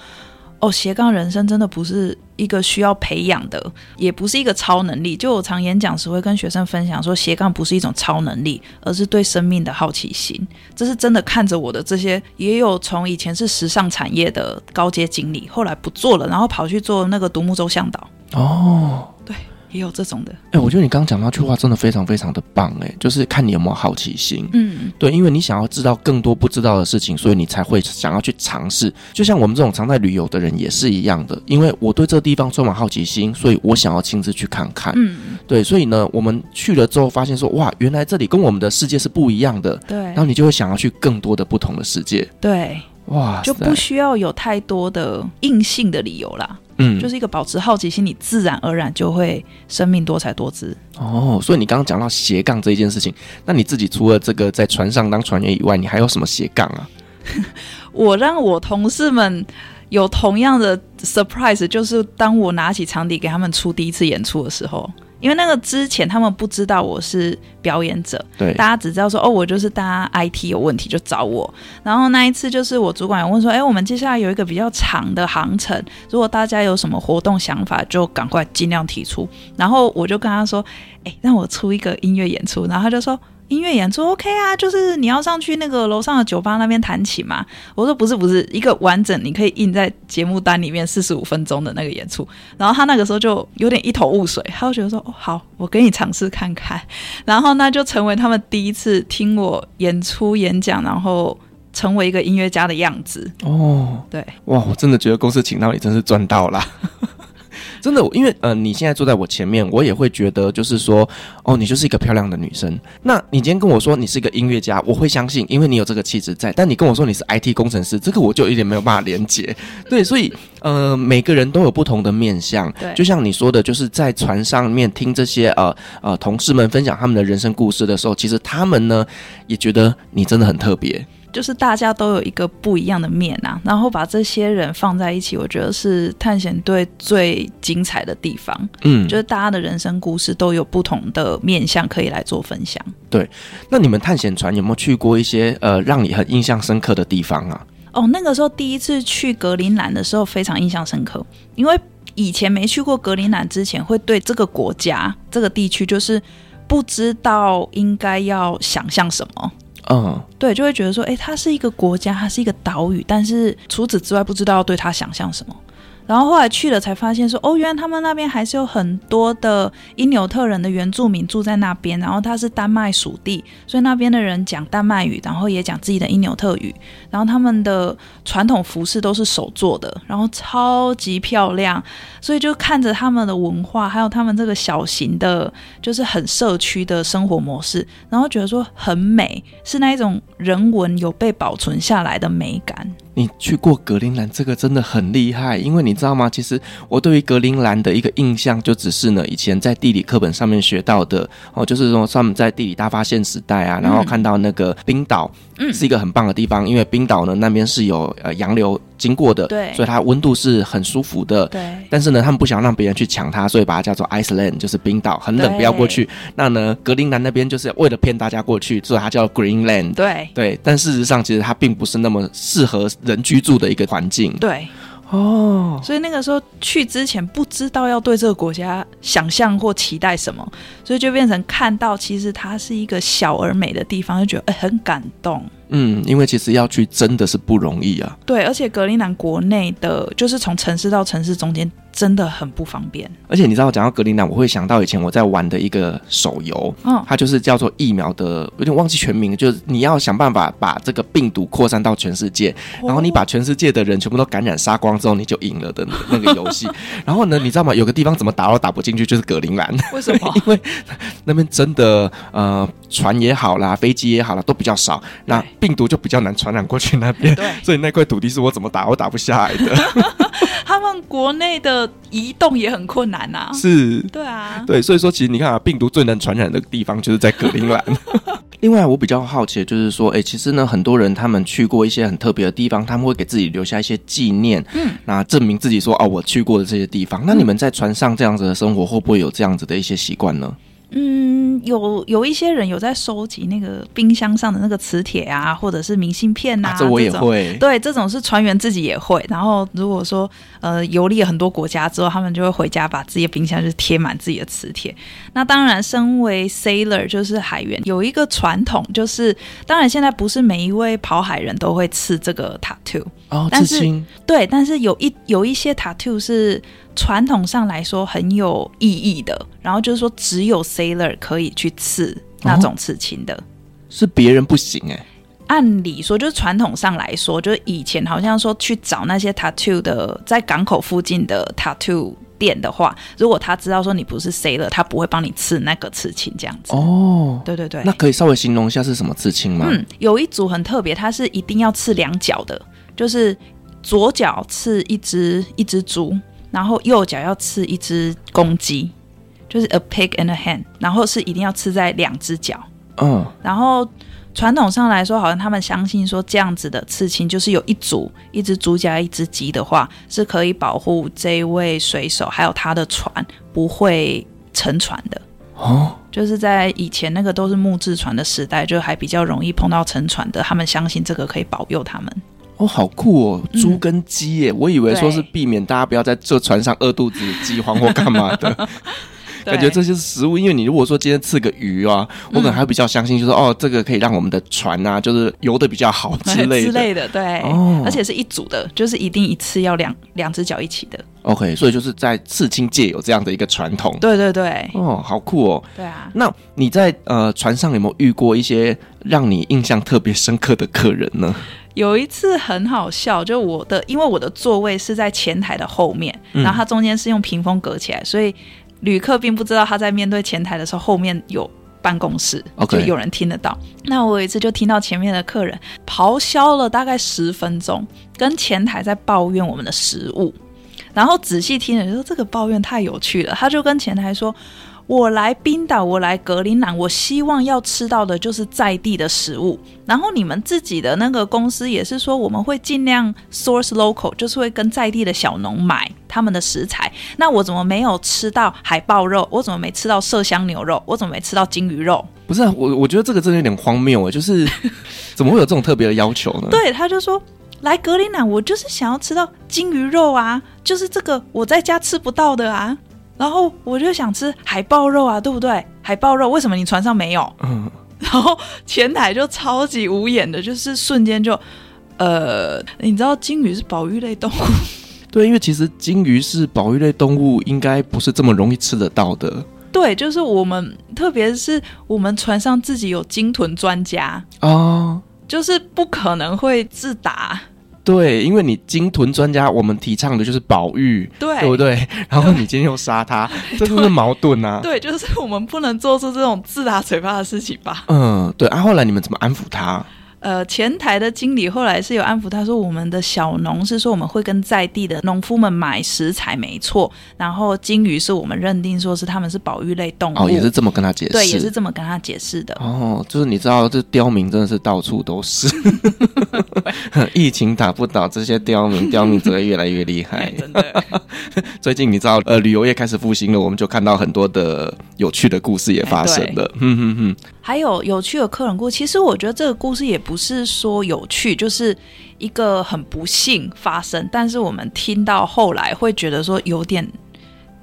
Speaker 4: 哦，斜杠人生真的不是一个需要培养的，也不是一个超能力。就我常演讲时会跟学生分享说，斜杠不是一种超能力，而是对生命的好奇心。这是真的看着我的这些，也有从以前是时尚产业的高阶经理，后来不做了，然后跑去做那个独木舟向导。
Speaker 3: 哦，
Speaker 4: 对，也有这种的。
Speaker 3: 哎、我觉得你刚刚讲那句话真的非常非常的棒、哎，就是看你有没有好奇心。
Speaker 4: 嗯，
Speaker 3: 对，因为你想要知道更多不知道的事情，所以你才会想要去尝试。就像我们这种常在旅游的人也是一样的，因为我对这个地方充满好奇心，所以我想要亲自去看看。
Speaker 4: 嗯，
Speaker 3: 对，所以呢，我们去了之后发现说，哇，原来这里跟我们的世界是不一样的，
Speaker 4: 对
Speaker 3: 然后你就会想要去更多的不同的世界。
Speaker 4: 对，
Speaker 3: 哇塞，
Speaker 4: 就不需要有太多的硬性的理由啦，
Speaker 3: 嗯，
Speaker 4: 就是一个保持好奇心，你自然而然就会生命多才多姿。
Speaker 3: 哦，所以你刚刚讲到斜杠这一件事情，那你自己除了这个在船上当船员以外，你还有什么斜杠啊？
Speaker 4: 我让我同事们有同样的 surprise，就是当我拿起长笛给他们出第一次演出的时候，因为那个之前他们不知道我是表演者，
Speaker 3: 对，
Speaker 4: 大家只知道说哦，我就是大家 IT 有问题就找我。然后那一次就是我主管有问说，哎，我们接下来有一个比较长的航程，如果大家有什么活动想法，就赶快尽量提出。然后我就跟他说，哎，让我出一个音乐演出。然后他就说。音乐演出 OK 啊，就是你要上去那个楼上的酒吧那边弹琴嘛。我说不是不是，一个完整你可以印在节目单里面四十五分钟的那个演出。然后他那个时候就有点一头雾水，他就觉得说哦好，我给你尝试看看。然后那就成为他们第一次听我演出、演讲，然后成为一个音乐家的样子。
Speaker 3: 哦，
Speaker 4: 对，
Speaker 3: 哇，我真的觉得公司请到你真是赚到啦。 真的，因为呃，你现在坐在我前面，我也会觉得就是说，哦，你就是一个漂亮的女生。那你今天跟我说你是一个音乐家，我会相信，因为你有这个气质在。但你跟我说你是 IT 工程师，这个我就有点没有办法连接。对，所以呃，每个人都有不同的面相。
Speaker 4: 对
Speaker 3: 就像你说的，就是在船上面听这些呃呃同事们分享他们的人生故事的时候，其实他们呢也觉得你真的很特别。
Speaker 4: 就是大家都有一个不一样的面啊，然后把这些人放在一起，我觉得是探险队最精彩的地方，
Speaker 3: 嗯，
Speaker 4: 就是大家的人生故事都有不同的面向可以来做分享。
Speaker 3: 那你们探险船有没有去过一些呃让你很印象深刻的地方啊？
Speaker 4: 哦，那个时候第一次去格陵兰的时候非常印象深刻，因为以前没去过格陵兰之前，会对这个国家、这个地区就是不知道应该要想象什么。
Speaker 3: 嗯，
Speaker 4: 对，就会觉得说，诶，它是一个国家，它是一个岛屿，但是除此之外，不知道要对它想象什么。然后后来去了才发现说，哦，原来他们那边还是有很多的因纽特人的原住民住在那边，然后它是丹麦属地，所以那边的人讲丹麦语，然后也讲自己的因纽特语，然后他们的传统服饰都是手做的，然后超级漂亮，所以就看着他们的文化，还有他们这个小型的，就是很社区的生活模式，然后觉得说很美，是那一种人文有被保存下来的美感。
Speaker 3: 你去过格陵兰，这个真的很厉害，因为你知道吗？其实我对于格陵兰的一个印象，就只是呢以前在地理课本上面学到的哦，就是说他们在地理大发现时代啊，然后看到那个冰岛，
Speaker 4: 嗯
Speaker 3: 是一个很棒的地方，因为冰岛呢那边是有呃洋流经过的，
Speaker 4: 对
Speaker 3: 呃所以它温度是很舒服的，
Speaker 4: 对，
Speaker 3: 但是呢，他们不想让别人去抢它，所以把它叫做 Iceland，就是冰岛，很冷，
Speaker 4: 对
Speaker 3: 不要过去。那呢，格陵兰那边就是为了骗大家过去，所以它叫 Greenland。
Speaker 4: 对，
Speaker 3: 对，但事实上其实它并不是那么适合人居住的一个环境。
Speaker 4: 对。
Speaker 3: 哦，
Speaker 4: 所以那个时候去之前不知道要对这个国家想象或期待什么，所以就变成看到其实它是一个小而美的地方，就觉得、哎很感动。
Speaker 3: 嗯，因为其实要去真的是不容易啊。
Speaker 4: 对，而且格陵兰国内的，就是从城市到城市中间真的很不方便。
Speaker 3: 而且你知道，讲到格陵兰，我会想到以前我在玩的一个手游，
Speaker 4: 嗯
Speaker 3: 它就是叫做疫苗的，有点忘记全名，就是你要想办法把这个病毒扩散到全世界，
Speaker 4: 哦
Speaker 3: 然后你把全世界的人全部都感染杀光之后，你就赢了的那个游戏。然后呢，你知道吗？有个地方怎么打都打不进去，就是格陵兰
Speaker 4: 为什 么？
Speaker 3: 那边真的，呃，船也好啦，飞机也好啦，都比较少，那
Speaker 4: 对
Speaker 3: 病毒就比较难传染过去那边。
Speaker 4: 对，
Speaker 3: 所以那块土地是我怎么打都打不下来的，
Speaker 4: 他们国内的移动也很困难呐、啊。
Speaker 3: 是
Speaker 4: 对啊，
Speaker 3: 对，所以说其实你看啊，病毒最能传染的地方就是在格陵 兰。另外，我比较好奇的就是说，诶，其实呢，很多人他们去过一些很特别的地方，他们会给自己留下一些纪念，嗯，那证明
Speaker 4: 嗯
Speaker 3: 自己说哦，我去过的这些地方。那你们在船上这样子的生活，会不会有这样子的一些习惯呢？
Speaker 4: 嗯，有有一些人有在收集那个冰箱上的那个磁铁啊，或者是明信片啊，
Speaker 3: 这我也
Speaker 4: 种。
Speaker 3: 会。
Speaker 4: 对，这种是船员自己也会。然后如果说呃游历了很多国家之后，他们就会回家把自己的冰箱就是贴满自己的磁铁。那当然，身为 sailor 就是海员，有一个传统就是，当然现在不是每一位跑海人都会刺这个 tattoo，
Speaker 3: 哦，
Speaker 4: 但
Speaker 3: 至
Speaker 4: 是
Speaker 3: 亲，
Speaker 4: 对，但是有一有一些 tattoo 是传统上来说很有意义的，然后就是说只有 sailor 可以去刺那种刺青的。
Speaker 3: 是别人不行哎、
Speaker 4: 按理说，就是传统上来说，就是以前好像说去找那些 tattoo 的，在港口附近的 tattoo 店的话，如果他知道说你不是 sailor，他不会帮你刺那个刺青这样子。
Speaker 3: 哦，
Speaker 4: 对对对，
Speaker 3: 那可以稍微形容一下是什么刺青吗？
Speaker 4: 嗯，有一组很特别，它是一定要刺两脚的，就是左脚刺一只一只猪，然后右脚要刺一只公鸡，就是 a pig and a hen，然后是一定要刺在两只脚。
Speaker 3: 嗯，
Speaker 4: 然后传统上来说，好像他们相信说这样子的刺青，就是有一组一只猪加一只鸡的话，是可以保护这一位水手还有他的船不会沉船的。
Speaker 3: 哦，
Speaker 4: 就是在以前那个都是木质船的时代，就还比较容易碰到沉船的，他们相信这个可以保佑他们。
Speaker 3: 哦，好酷哦，
Speaker 4: 嗯
Speaker 3: 猪跟鸡耶、我以为说是
Speaker 4: 对
Speaker 3: 避免大家不要在这船上饿肚子、饥荒或干嘛 的。 感觉这些食物，因为你如果说今天吃个鱼啊，
Speaker 4: 嗯
Speaker 3: 我可能还比较相信，就是、哦，这个可以让我们的船啊，就是游的比较好之
Speaker 4: 对
Speaker 3: 类的。
Speaker 4: 之类的，对，
Speaker 3: 哦
Speaker 4: 而且是一组的，就是一定一次要两两只脚一起的。
Speaker 3: OK，所以就是在刺青界有这样的一个传统。
Speaker 4: 对对对，
Speaker 3: 哦，好酷哦！
Speaker 4: 对啊。
Speaker 3: 那你在呃船上有没有遇过一些让你印象特别深刻的客人呢？
Speaker 4: 有一次很好笑，就我的，因为我的座位是在前台的后面，然后它中间是用屏风隔起来，所以旅客并不知道他在面对前台的时候，后面有办公室
Speaker 3: OK
Speaker 4: 就有人听得到。那我有一次就听到前面的客人咆哮了大概十分钟，跟前台在抱怨我们的食物，然后仔细听了就说这个抱怨太有趣了，他就跟前台说。我来冰岛，我来格陵兰，我希望要吃到的就是在地的食物。然后你们自己的那个公司也是说，我们会尽量 source local，就是会跟在地的小农买他们的食材。那我怎么没有吃到海豹肉？我怎么没吃到麝香牛肉？我怎么没吃到金鱼肉？
Speaker 3: 不是啊，我我觉得这个真的有点荒谬哎，就是 怎么会有这种特别的要求呢？
Speaker 4: 对，他就说来格陵兰，我就是想要吃到金鱼肉啊，就是这个我在家吃不到的啊。然后我就想吃海豹肉啊，对不对？海豹肉为什么你船上没有？
Speaker 3: 嗯，
Speaker 4: 然后前台就超级无言的，就是瞬间就，呃，你知道金鱼是保育类动物，
Speaker 3: 对，因为其实鲸鱼是保育类动物，应该不是这么容易吃得到的
Speaker 4: 对，就是我们，特别是我们船上自己有鲸豚专家，
Speaker 3: 哦。
Speaker 4: 就是不可能会自打，
Speaker 3: 对，因为你鲸豚专家，我们提倡的就是保育，
Speaker 4: 对
Speaker 3: 对不 对？然后你今天又杀它，这就是矛盾啊。
Speaker 4: 对，就是我们不能做出这种自打嘴巴的事情吧。
Speaker 3: 嗯，对啊。后来你们怎么安抚它？
Speaker 4: 呃，前台的经理后来是有安抚他说，我们的小农是说我们会跟在地的农夫们买食材，没错。然后金鱼是我们认定说是他们是保育类动物，
Speaker 3: 哦，也是这么跟他解释。
Speaker 4: 嗯对，也是这么跟他解释的。
Speaker 3: 哦，就是你知道，这刁民真的是到处都是， 疫情打不倒这些刁民，刁民只会越来越厉害
Speaker 4: 哎，。真的，
Speaker 3: 最近你知道，呃，旅游业开始复兴了，我们就看到很多的有趣的故事也发生
Speaker 4: 哎
Speaker 3: 了。嗯哼哼，
Speaker 4: 还有有趣的客人故事，其实我觉得这个故事也不是说有趣，就是一个很不幸发生，但是我们听到后来会觉得说有点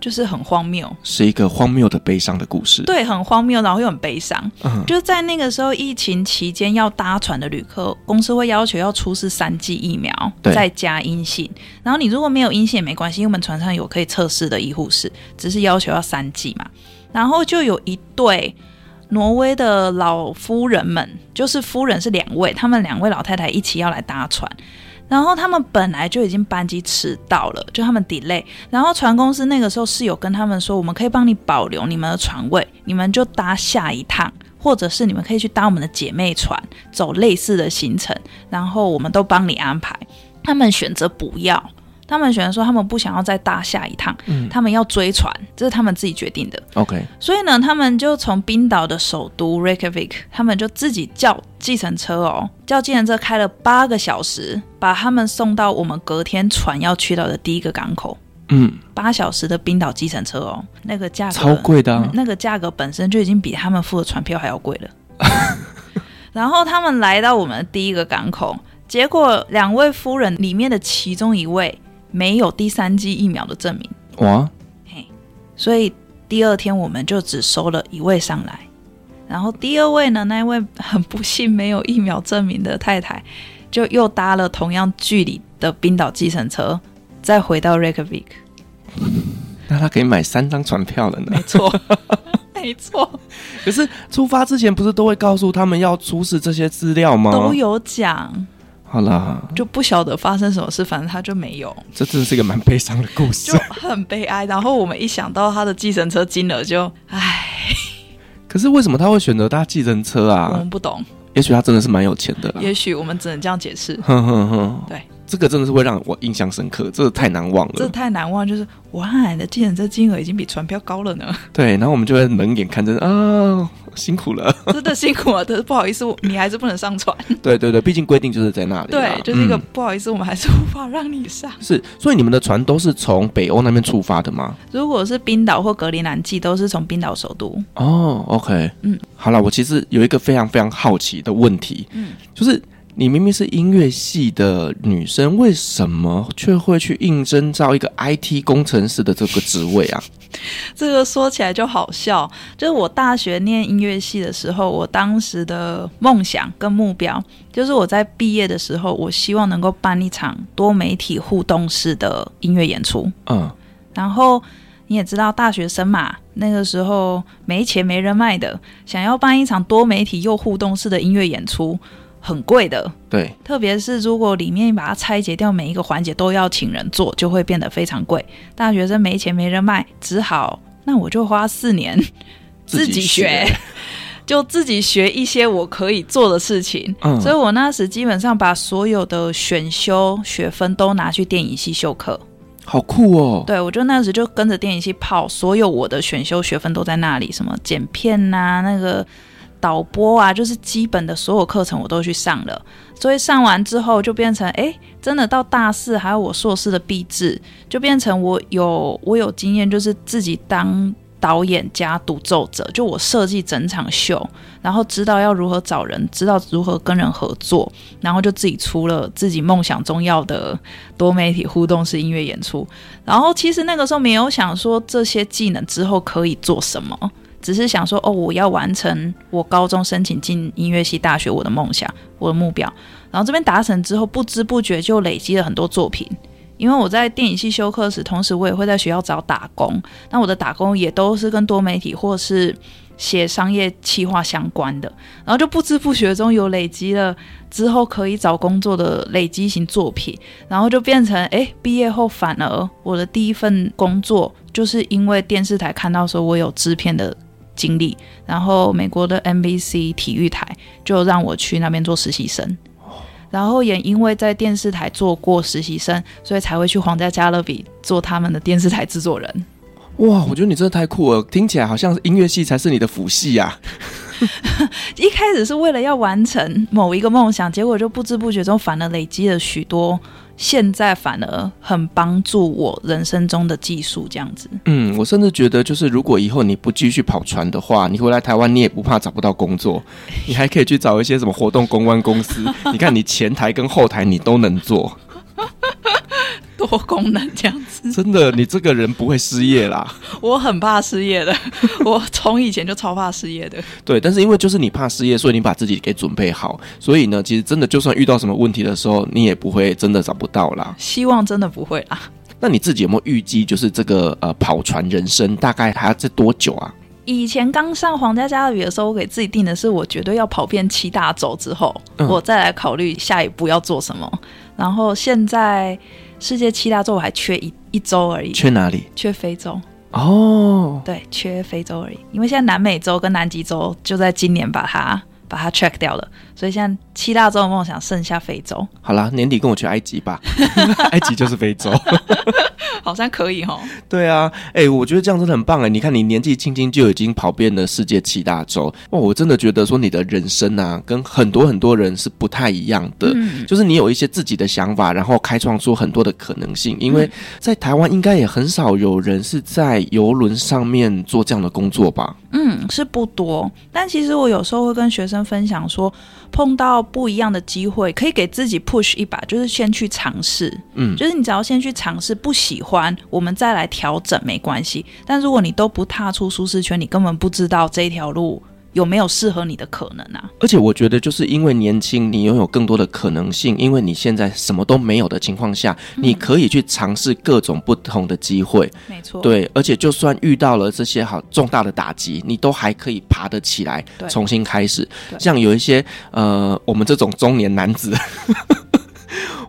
Speaker 4: 就是很荒谬，
Speaker 3: 是一个荒谬的悲伤的故事。，
Speaker 4: 对，很荒谬，然后又很悲伤。
Speaker 3: 嗯
Speaker 4: 就是在那个时候，疫情期间要搭船的旅客，公司会要求要出示三剂疫苗，
Speaker 3: 对
Speaker 4: 再加阴性。然后你如果没有阴性也没关系，因为我们船上有可以测试的医护室，只是要求要三剂嘛。然后就有一对挪威的老夫人们，就是夫人是两位，他们两位老太太一起要来搭船。然后他们本来就已经班机迟到了，就他们 delay。然后船公司那个时候是有跟他们说，我们可以帮你保留你们的船位，你们就搭下一趟，或者是你们可以去搭我们的姐妹船，走类似的行程，然后我们都帮你安排。他们选择不要，他们选择说他们不想要再搭下一趟，
Speaker 3: 嗯
Speaker 4: 他们要追船，这是他们自己决定的。
Speaker 3: ，OK，
Speaker 4: 所以呢，他们就从冰岛的首都 Reykjavik，他们就自己叫计程车哦，叫计程车开了八个小时，把他们送到我们隔天船要去到的第一个港口。
Speaker 3: 嗯，
Speaker 4: 八小时的冰岛计程车哦，那个价格
Speaker 3: 超贵的啊
Speaker 4: 嗯那个价格本身就已经比他们付的船票还要贵了。 然后他们来到我们第一个港口，结果两位夫人里面的其中一位没有第三剂疫苗的证明，
Speaker 3: 哇，
Speaker 4: 嘿，所以第二天我们就只收了一位上来，然后第二位呢，那一位很不幸没有疫苗证明的太太，就又搭了同样距离的冰岛计程车，再回到 Reykjavik。
Speaker 3: 那他可以买三张船票了呢。
Speaker 4: 没错，没错，
Speaker 3: 可是出发之前不是都会告诉他们要出示这些资料吗？
Speaker 4: 都。有讲，
Speaker 3: 好啦，
Speaker 4: 就不晓得发生什么事，反正他就没有，
Speaker 3: 这真的是一个蛮悲伤的故事
Speaker 4: 就。很悲哀。然后我们一想到他的计程车金额就，唉，
Speaker 3: 可是为什么他会选择搭计程车
Speaker 4: 我
Speaker 3: 啊？
Speaker 4: 们不懂，
Speaker 3: 也许他真的是蛮有钱的啦。
Speaker 4: 嗯也许我们只能这样解释。
Speaker 3: 哼哼哼，
Speaker 4: 对，
Speaker 3: 这个真的是会让我印象深刻，这个太难忘
Speaker 4: 这
Speaker 3: 了。
Speaker 4: 太难忘，就是哇，你的计程车金额已经比船票高了呢，
Speaker 3: 对，然后我们就会冷眼看着啊，辛苦了。
Speaker 4: 真的辛苦了。但是不好意思，我你还是不能上船。
Speaker 3: 对对对，毕竟规定就是在那里啦。
Speaker 4: 对，就是一个、
Speaker 3: 嗯
Speaker 4: 不好意思，我们还是无法让你上。
Speaker 3: 是，所以你们的船都是从北欧那边出发的吗？
Speaker 4: 如果是冰岛或格陵兰季，都是从冰岛首都。
Speaker 3: 哦，OK，
Speaker 4: 嗯，
Speaker 3: 好了，我其实有一个非常非常好奇的问题，
Speaker 4: 嗯，
Speaker 3: 就是你明明是音乐系的女生，为什么却会去应征到一个 IT 工程师的这个职位啊？
Speaker 4: 这个说起来就好笑，就是我大学念音乐系的时候，我当时的梦想跟目标，就是我在毕业的时候，我希望能够办一场多媒体互动式的音乐演出。
Speaker 3: 嗯，
Speaker 4: 然后你也知道，大学生嘛，那个时候没钱没人脉的，想要办一场多媒体又互动式的音乐演出，很贵的。
Speaker 3: 对，
Speaker 4: 特别是如果里面把它拆解掉，每一个环节都要请人做，就会变得非常贵。大学生没钱没人脉，只好那我就花四年 自己学，就自己学一些我可以做的事情。
Speaker 3: 嗯
Speaker 4: 所以我那时基本上把所有的选修学分都拿去电影系修课。
Speaker 3: 好酷哦。
Speaker 4: 对，我就那时就跟着电影系泡，所有我的选修学分都在那里，什么剪片呐、那个导播啊，就是基本的所有课程我都去上了。所以上完之后就变成，哎，真的到大四还有我硕士的毕制，就变成我有我有经验，就是自己当。导演加独奏者，就我设计整场秀，然后知道要如何找人，知道如何跟人合作，然后就自己出了自己梦想中要的多媒体互动式音乐演出。然后其实那个时候没有想说这些技能之后可以做什么，只是想说哦，我要完成我高中申请进音乐系大学我的梦想，我的目标。然后这边达成之后，不知不觉就累积了很多作品。因为我在电影系修课时，同时我也会在学校找打工。那我的打工也都是跟多媒体或是写商业企划相关的，然后就不知不觉中有累积了之后可以找工作的累积型作品。然后就变成哎，诶毕业后反而我的第一份工作就是因为电视台看到说我有制片的经历，然后美国的 NBC 体育台就让我去那边做实习生。然后也因为在电视台做过实习生，所以才会去皇家加勒比做他们的电视台制作人。
Speaker 3: 哇，我觉得你真的太酷了，听起来好像音乐系才是你的辅系啊。
Speaker 4: 一开始是为了要完成某一个梦想，结果就不知不觉中反而累积了许多，现在反而很帮助我人生中的技术这样子。
Speaker 3: 嗯，我甚至觉得，就是如果以后你不继续跑船的话，你回来台湾你也不怕找不到工作，你还可以去找一些什么活动公关公司。你看，你前台跟后台你都能做，
Speaker 4: 多功能这样子。
Speaker 3: 真的，你这个人不会失业啦。
Speaker 4: 我很怕失业的， 我从以前就超怕失业的。
Speaker 3: 对，但是因为就是你怕失业，所以你把自己给准备好，所以呢，其实真的就算遇到什么问题的时候，你也不会真的找不到啦。
Speaker 4: 希望真的不会啦。
Speaker 3: 那你自己有没有预计，就是这个呃跑船人生大概还要再多久啊？
Speaker 4: 以前刚上皇家加勒比的时候，我给自己定的是，我绝对要跑遍七大洲之后，
Speaker 3: 嗯
Speaker 4: 我再来考虑下一步要做什么。然后现在世界七大洲我还缺一一周而已，
Speaker 3: 去哪里？
Speaker 4: 缺非洲，
Speaker 3: 哦，
Speaker 4: 对，缺非洲而已。因为现在南美洲跟南极洲就在今年把它把它 check 掉了，所以现在七大洲的梦想剩下非洲，
Speaker 3: 好啦，年底跟我去埃及吧， 埃及就是非洲。
Speaker 4: 好像可以哦。
Speaker 3: 对啊，哎、我觉得这样真的很棒哎！你看，你年纪轻轻就已经跑遍了世界七大洲，哇，我真的觉得说你的人生啊，跟很多很多人是不太一样的。
Speaker 4: 嗯
Speaker 3: 就是你有一些自己的想法，然后开创出很多的可能性。因
Speaker 4: 嗯
Speaker 3: 为在台湾应该也很少有人是在游轮上面做这样的工作吧？
Speaker 4: 嗯，是不多，但其实我有时候会跟学生分享说，碰到不一样的机会，可以给自己 push 一把，就是先去尝试。
Speaker 3: 嗯
Speaker 4: 就是你只要先去尝试，不喜欢我们再来调整没关系。但如果你都不踏出舒适圈，你根本不知道这一条路有没有适合你的可能啊。
Speaker 3: 而且我觉得，就是因为年轻，你拥有更多的可能性，因为你现在什么都没有的情况下，
Speaker 4: 嗯
Speaker 3: 你可以去尝试各种不同的机会。
Speaker 4: 没错，
Speaker 3: 对，而且就算遇到了这些好重大的打击，你都还可以爬得起来，
Speaker 4: 对
Speaker 3: 重新开始。
Speaker 4: 对
Speaker 3: 像有一些呃，我们这种中年男子。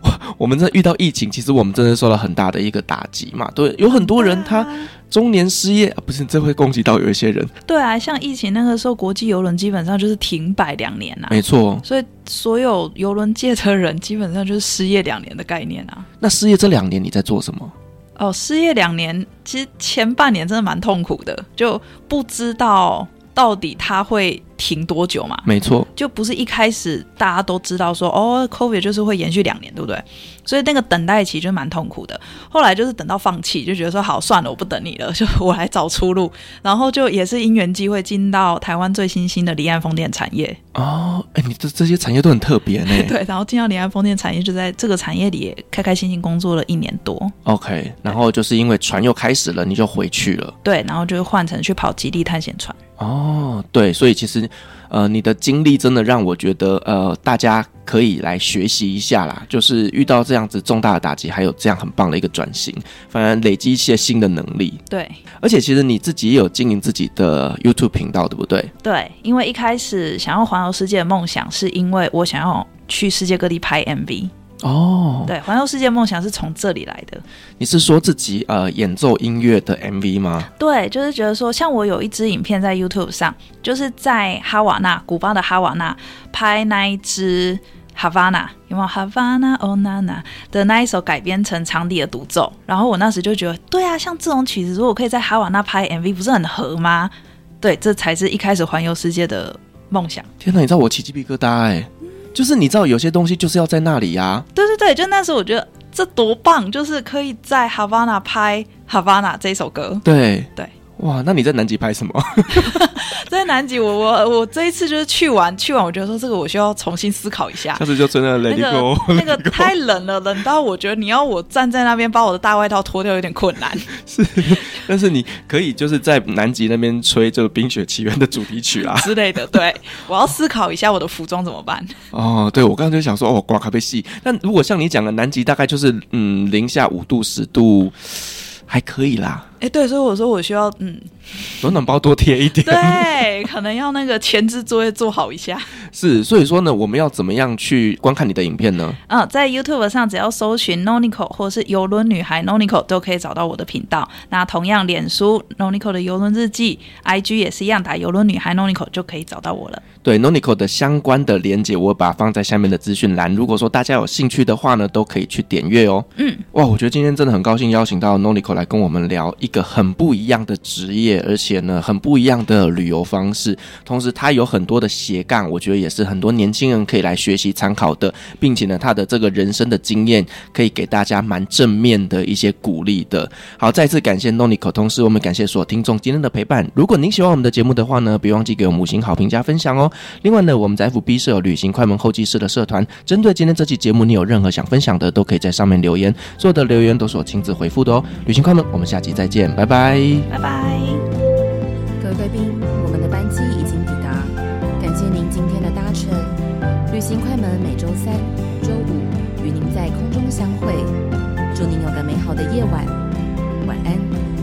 Speaker 3: 我我们这遇到疫情，其实我们真的受到很大的一个打击嘛。对，有很多人
Speaker 4: 啊
Speaker 3: 他中年失业，啊、不是这会攻击到有一些人。
Speaker 4: 对啊，像疫情那个时候，国际游轮基本上就是停摆两年啊。
Speaker 3: 没错，
Speaker 4: 所以，所有游轮界的人基本上就是失业两年的概念啊。
Speaker 3: 那失业这两年你在做什么？
Speaker 4: 哦，失业两年，其实前半年真的蛮痛苦的，就不知道到底它会停多久嘛。
Speaker 3: 没错，
Speaker 4: 就不是一开始大家都知道说哦，COVID 就是会延续两年，对不对？所以那个等待期就蛮痛苦的。后来就是等到放弃，就觉得说好算了，我不等你了，就我来找出路。然后就也是因缘机会进到台湾最新兴的离岸风电产业，
Speaker 3: 哦，哎，你这这些产业都很特别呢。
Speaker 4: 对，然后进到离岸风电产业，就在这个产业里也开开心心工作了一年多，
Speaker 3: OK，然后就是因为船又开始了，你就回去了。
Speaker 4: 对，然后就换成去跑极地探险船。
Speaker 3: 哦，对，所以其实，呃，你的经历真的让我觉得，呃，大家可以来学习一下啦。就是遇到这样子重大的打击，还有这样很棒的一个转型，反而累积一些新的能力。
Speaker 4: 对
Speaker 3: 而且其实你自己也有经营自己的 YouTube 频道，对不对？
Speaker 4: 对，因为一开始想要环游世界的梦想，是因为我想要去世界各地拍 MV。
Speaker 3: 哦，
Speaker 4: 对，环游世界梦想是从这里来的。
Speaker 3: 你是说自己呃演奏音乐的 MV 吗？
Speaker 4: 对，就是觉得说，像我有一支影片在 YouTube 上，就是在哈瓦那，古巴的哈瓦那拍那一支。哈瓦那有没有哈瓦那哦那那的那一首改编成长笛的独奏？然后我那时就觉得，对啊，像这种曲子，如果可以在哈瓦那拍 MV，不是很合吗？对，这才是一开始环游世界的梦想。
Speaker 3: 天哪，你知道我起鸡皮疙瘩哎、就是你知道有些东西就是要在那里啊呀、
Speaker 4: 对对对，就那时候我觉得这多棒，就是可以在哈瓦那拍哈瓦那这首歌。
Speaker 3: 对
Speaker 4: 对。啊
Speaker 3: 哇，那你在南极拍什么？
Speaker 4: 在南极我，我我这一次就是去玩，去完我觉得说这个我需要重新思考一下
Speaker 3: 下。次就真的 Let
Speaker 4: 那
Speaker 3: It
Speaker 4: 个
Speaker 3: Go，
Speaker 4: 那个太冷了，冷到我觉得你要我站在那边把我的大外套脱掉有点困难。。
Speaker 3: 但是你可以就是在南极那边吹这个《冰雪奇缘》的主题曲啊啦
Speaker 4: 之类的。对，我要思考一下我的服装怎么办。
Speaker 3: 哦，对，我刚才就想说，哦，挂咖啡系。但如果像你讲的，南极大概就是嗯零下五度、十度，还可以啦，
Speaker 4: 哎，对，所以我说我需要，嗯，
Speaker 3: 暖暖包多贴一点。
Speaker 4: 对，可能要那个前置作业做好一下。
Speaker 3: 是，所以说呢，我们要怎么样去观看你的影片呢？
Speaker 4: 嗯，在 YouTube 上只要搜寻 Nonico 或是游轮女孩 Nonico 都可以找到我的频道。那同样，脸书 Nonico 的游轮日记，IG 也是一样，打游轮女孩 Nonico 就可以找到我了。
Speaker 3: 对 Nonico 的相关的连接，我会把它放在下面的资讯栏。如果说大家有兴趣的话呢，都可以去点阅哦。
Speaker 4: 嗯，
Speaker 3: 哇，我觉得今天真的很高兴邀请到 Nonico 来跟我们聊一个很不一样的职业，而且呢很不一样的旅游方式。同时，它有很多的斜杠，我觉得也是很多年轻人可以来学习参考的，并且呢，他的这个人生的经验可以给大家蛮正面的一些鼓励的。好，再次感谢 Nonico，同时我们感谢所有听众今天的陪伴。如果您喜欢我们的节目的话呢，别忘记给我们五星好评加分享哦。另外呢，我们在 FB 设有旅行快门后记室的社团，针对今天这期节目，你有任何想分享的，都可以在上面留言，所有的留言都是我亲自回复的哦。旅行快门，我们下期再见，拜拜。
Speaker 4: 拜拜。
Speaker 2: 各位贵宾，我们的班机已经抵达，感谢您今天的搭乘。旅行快门每周三、周五与您在空中相会，祝您有个美好的夜晚，晚安。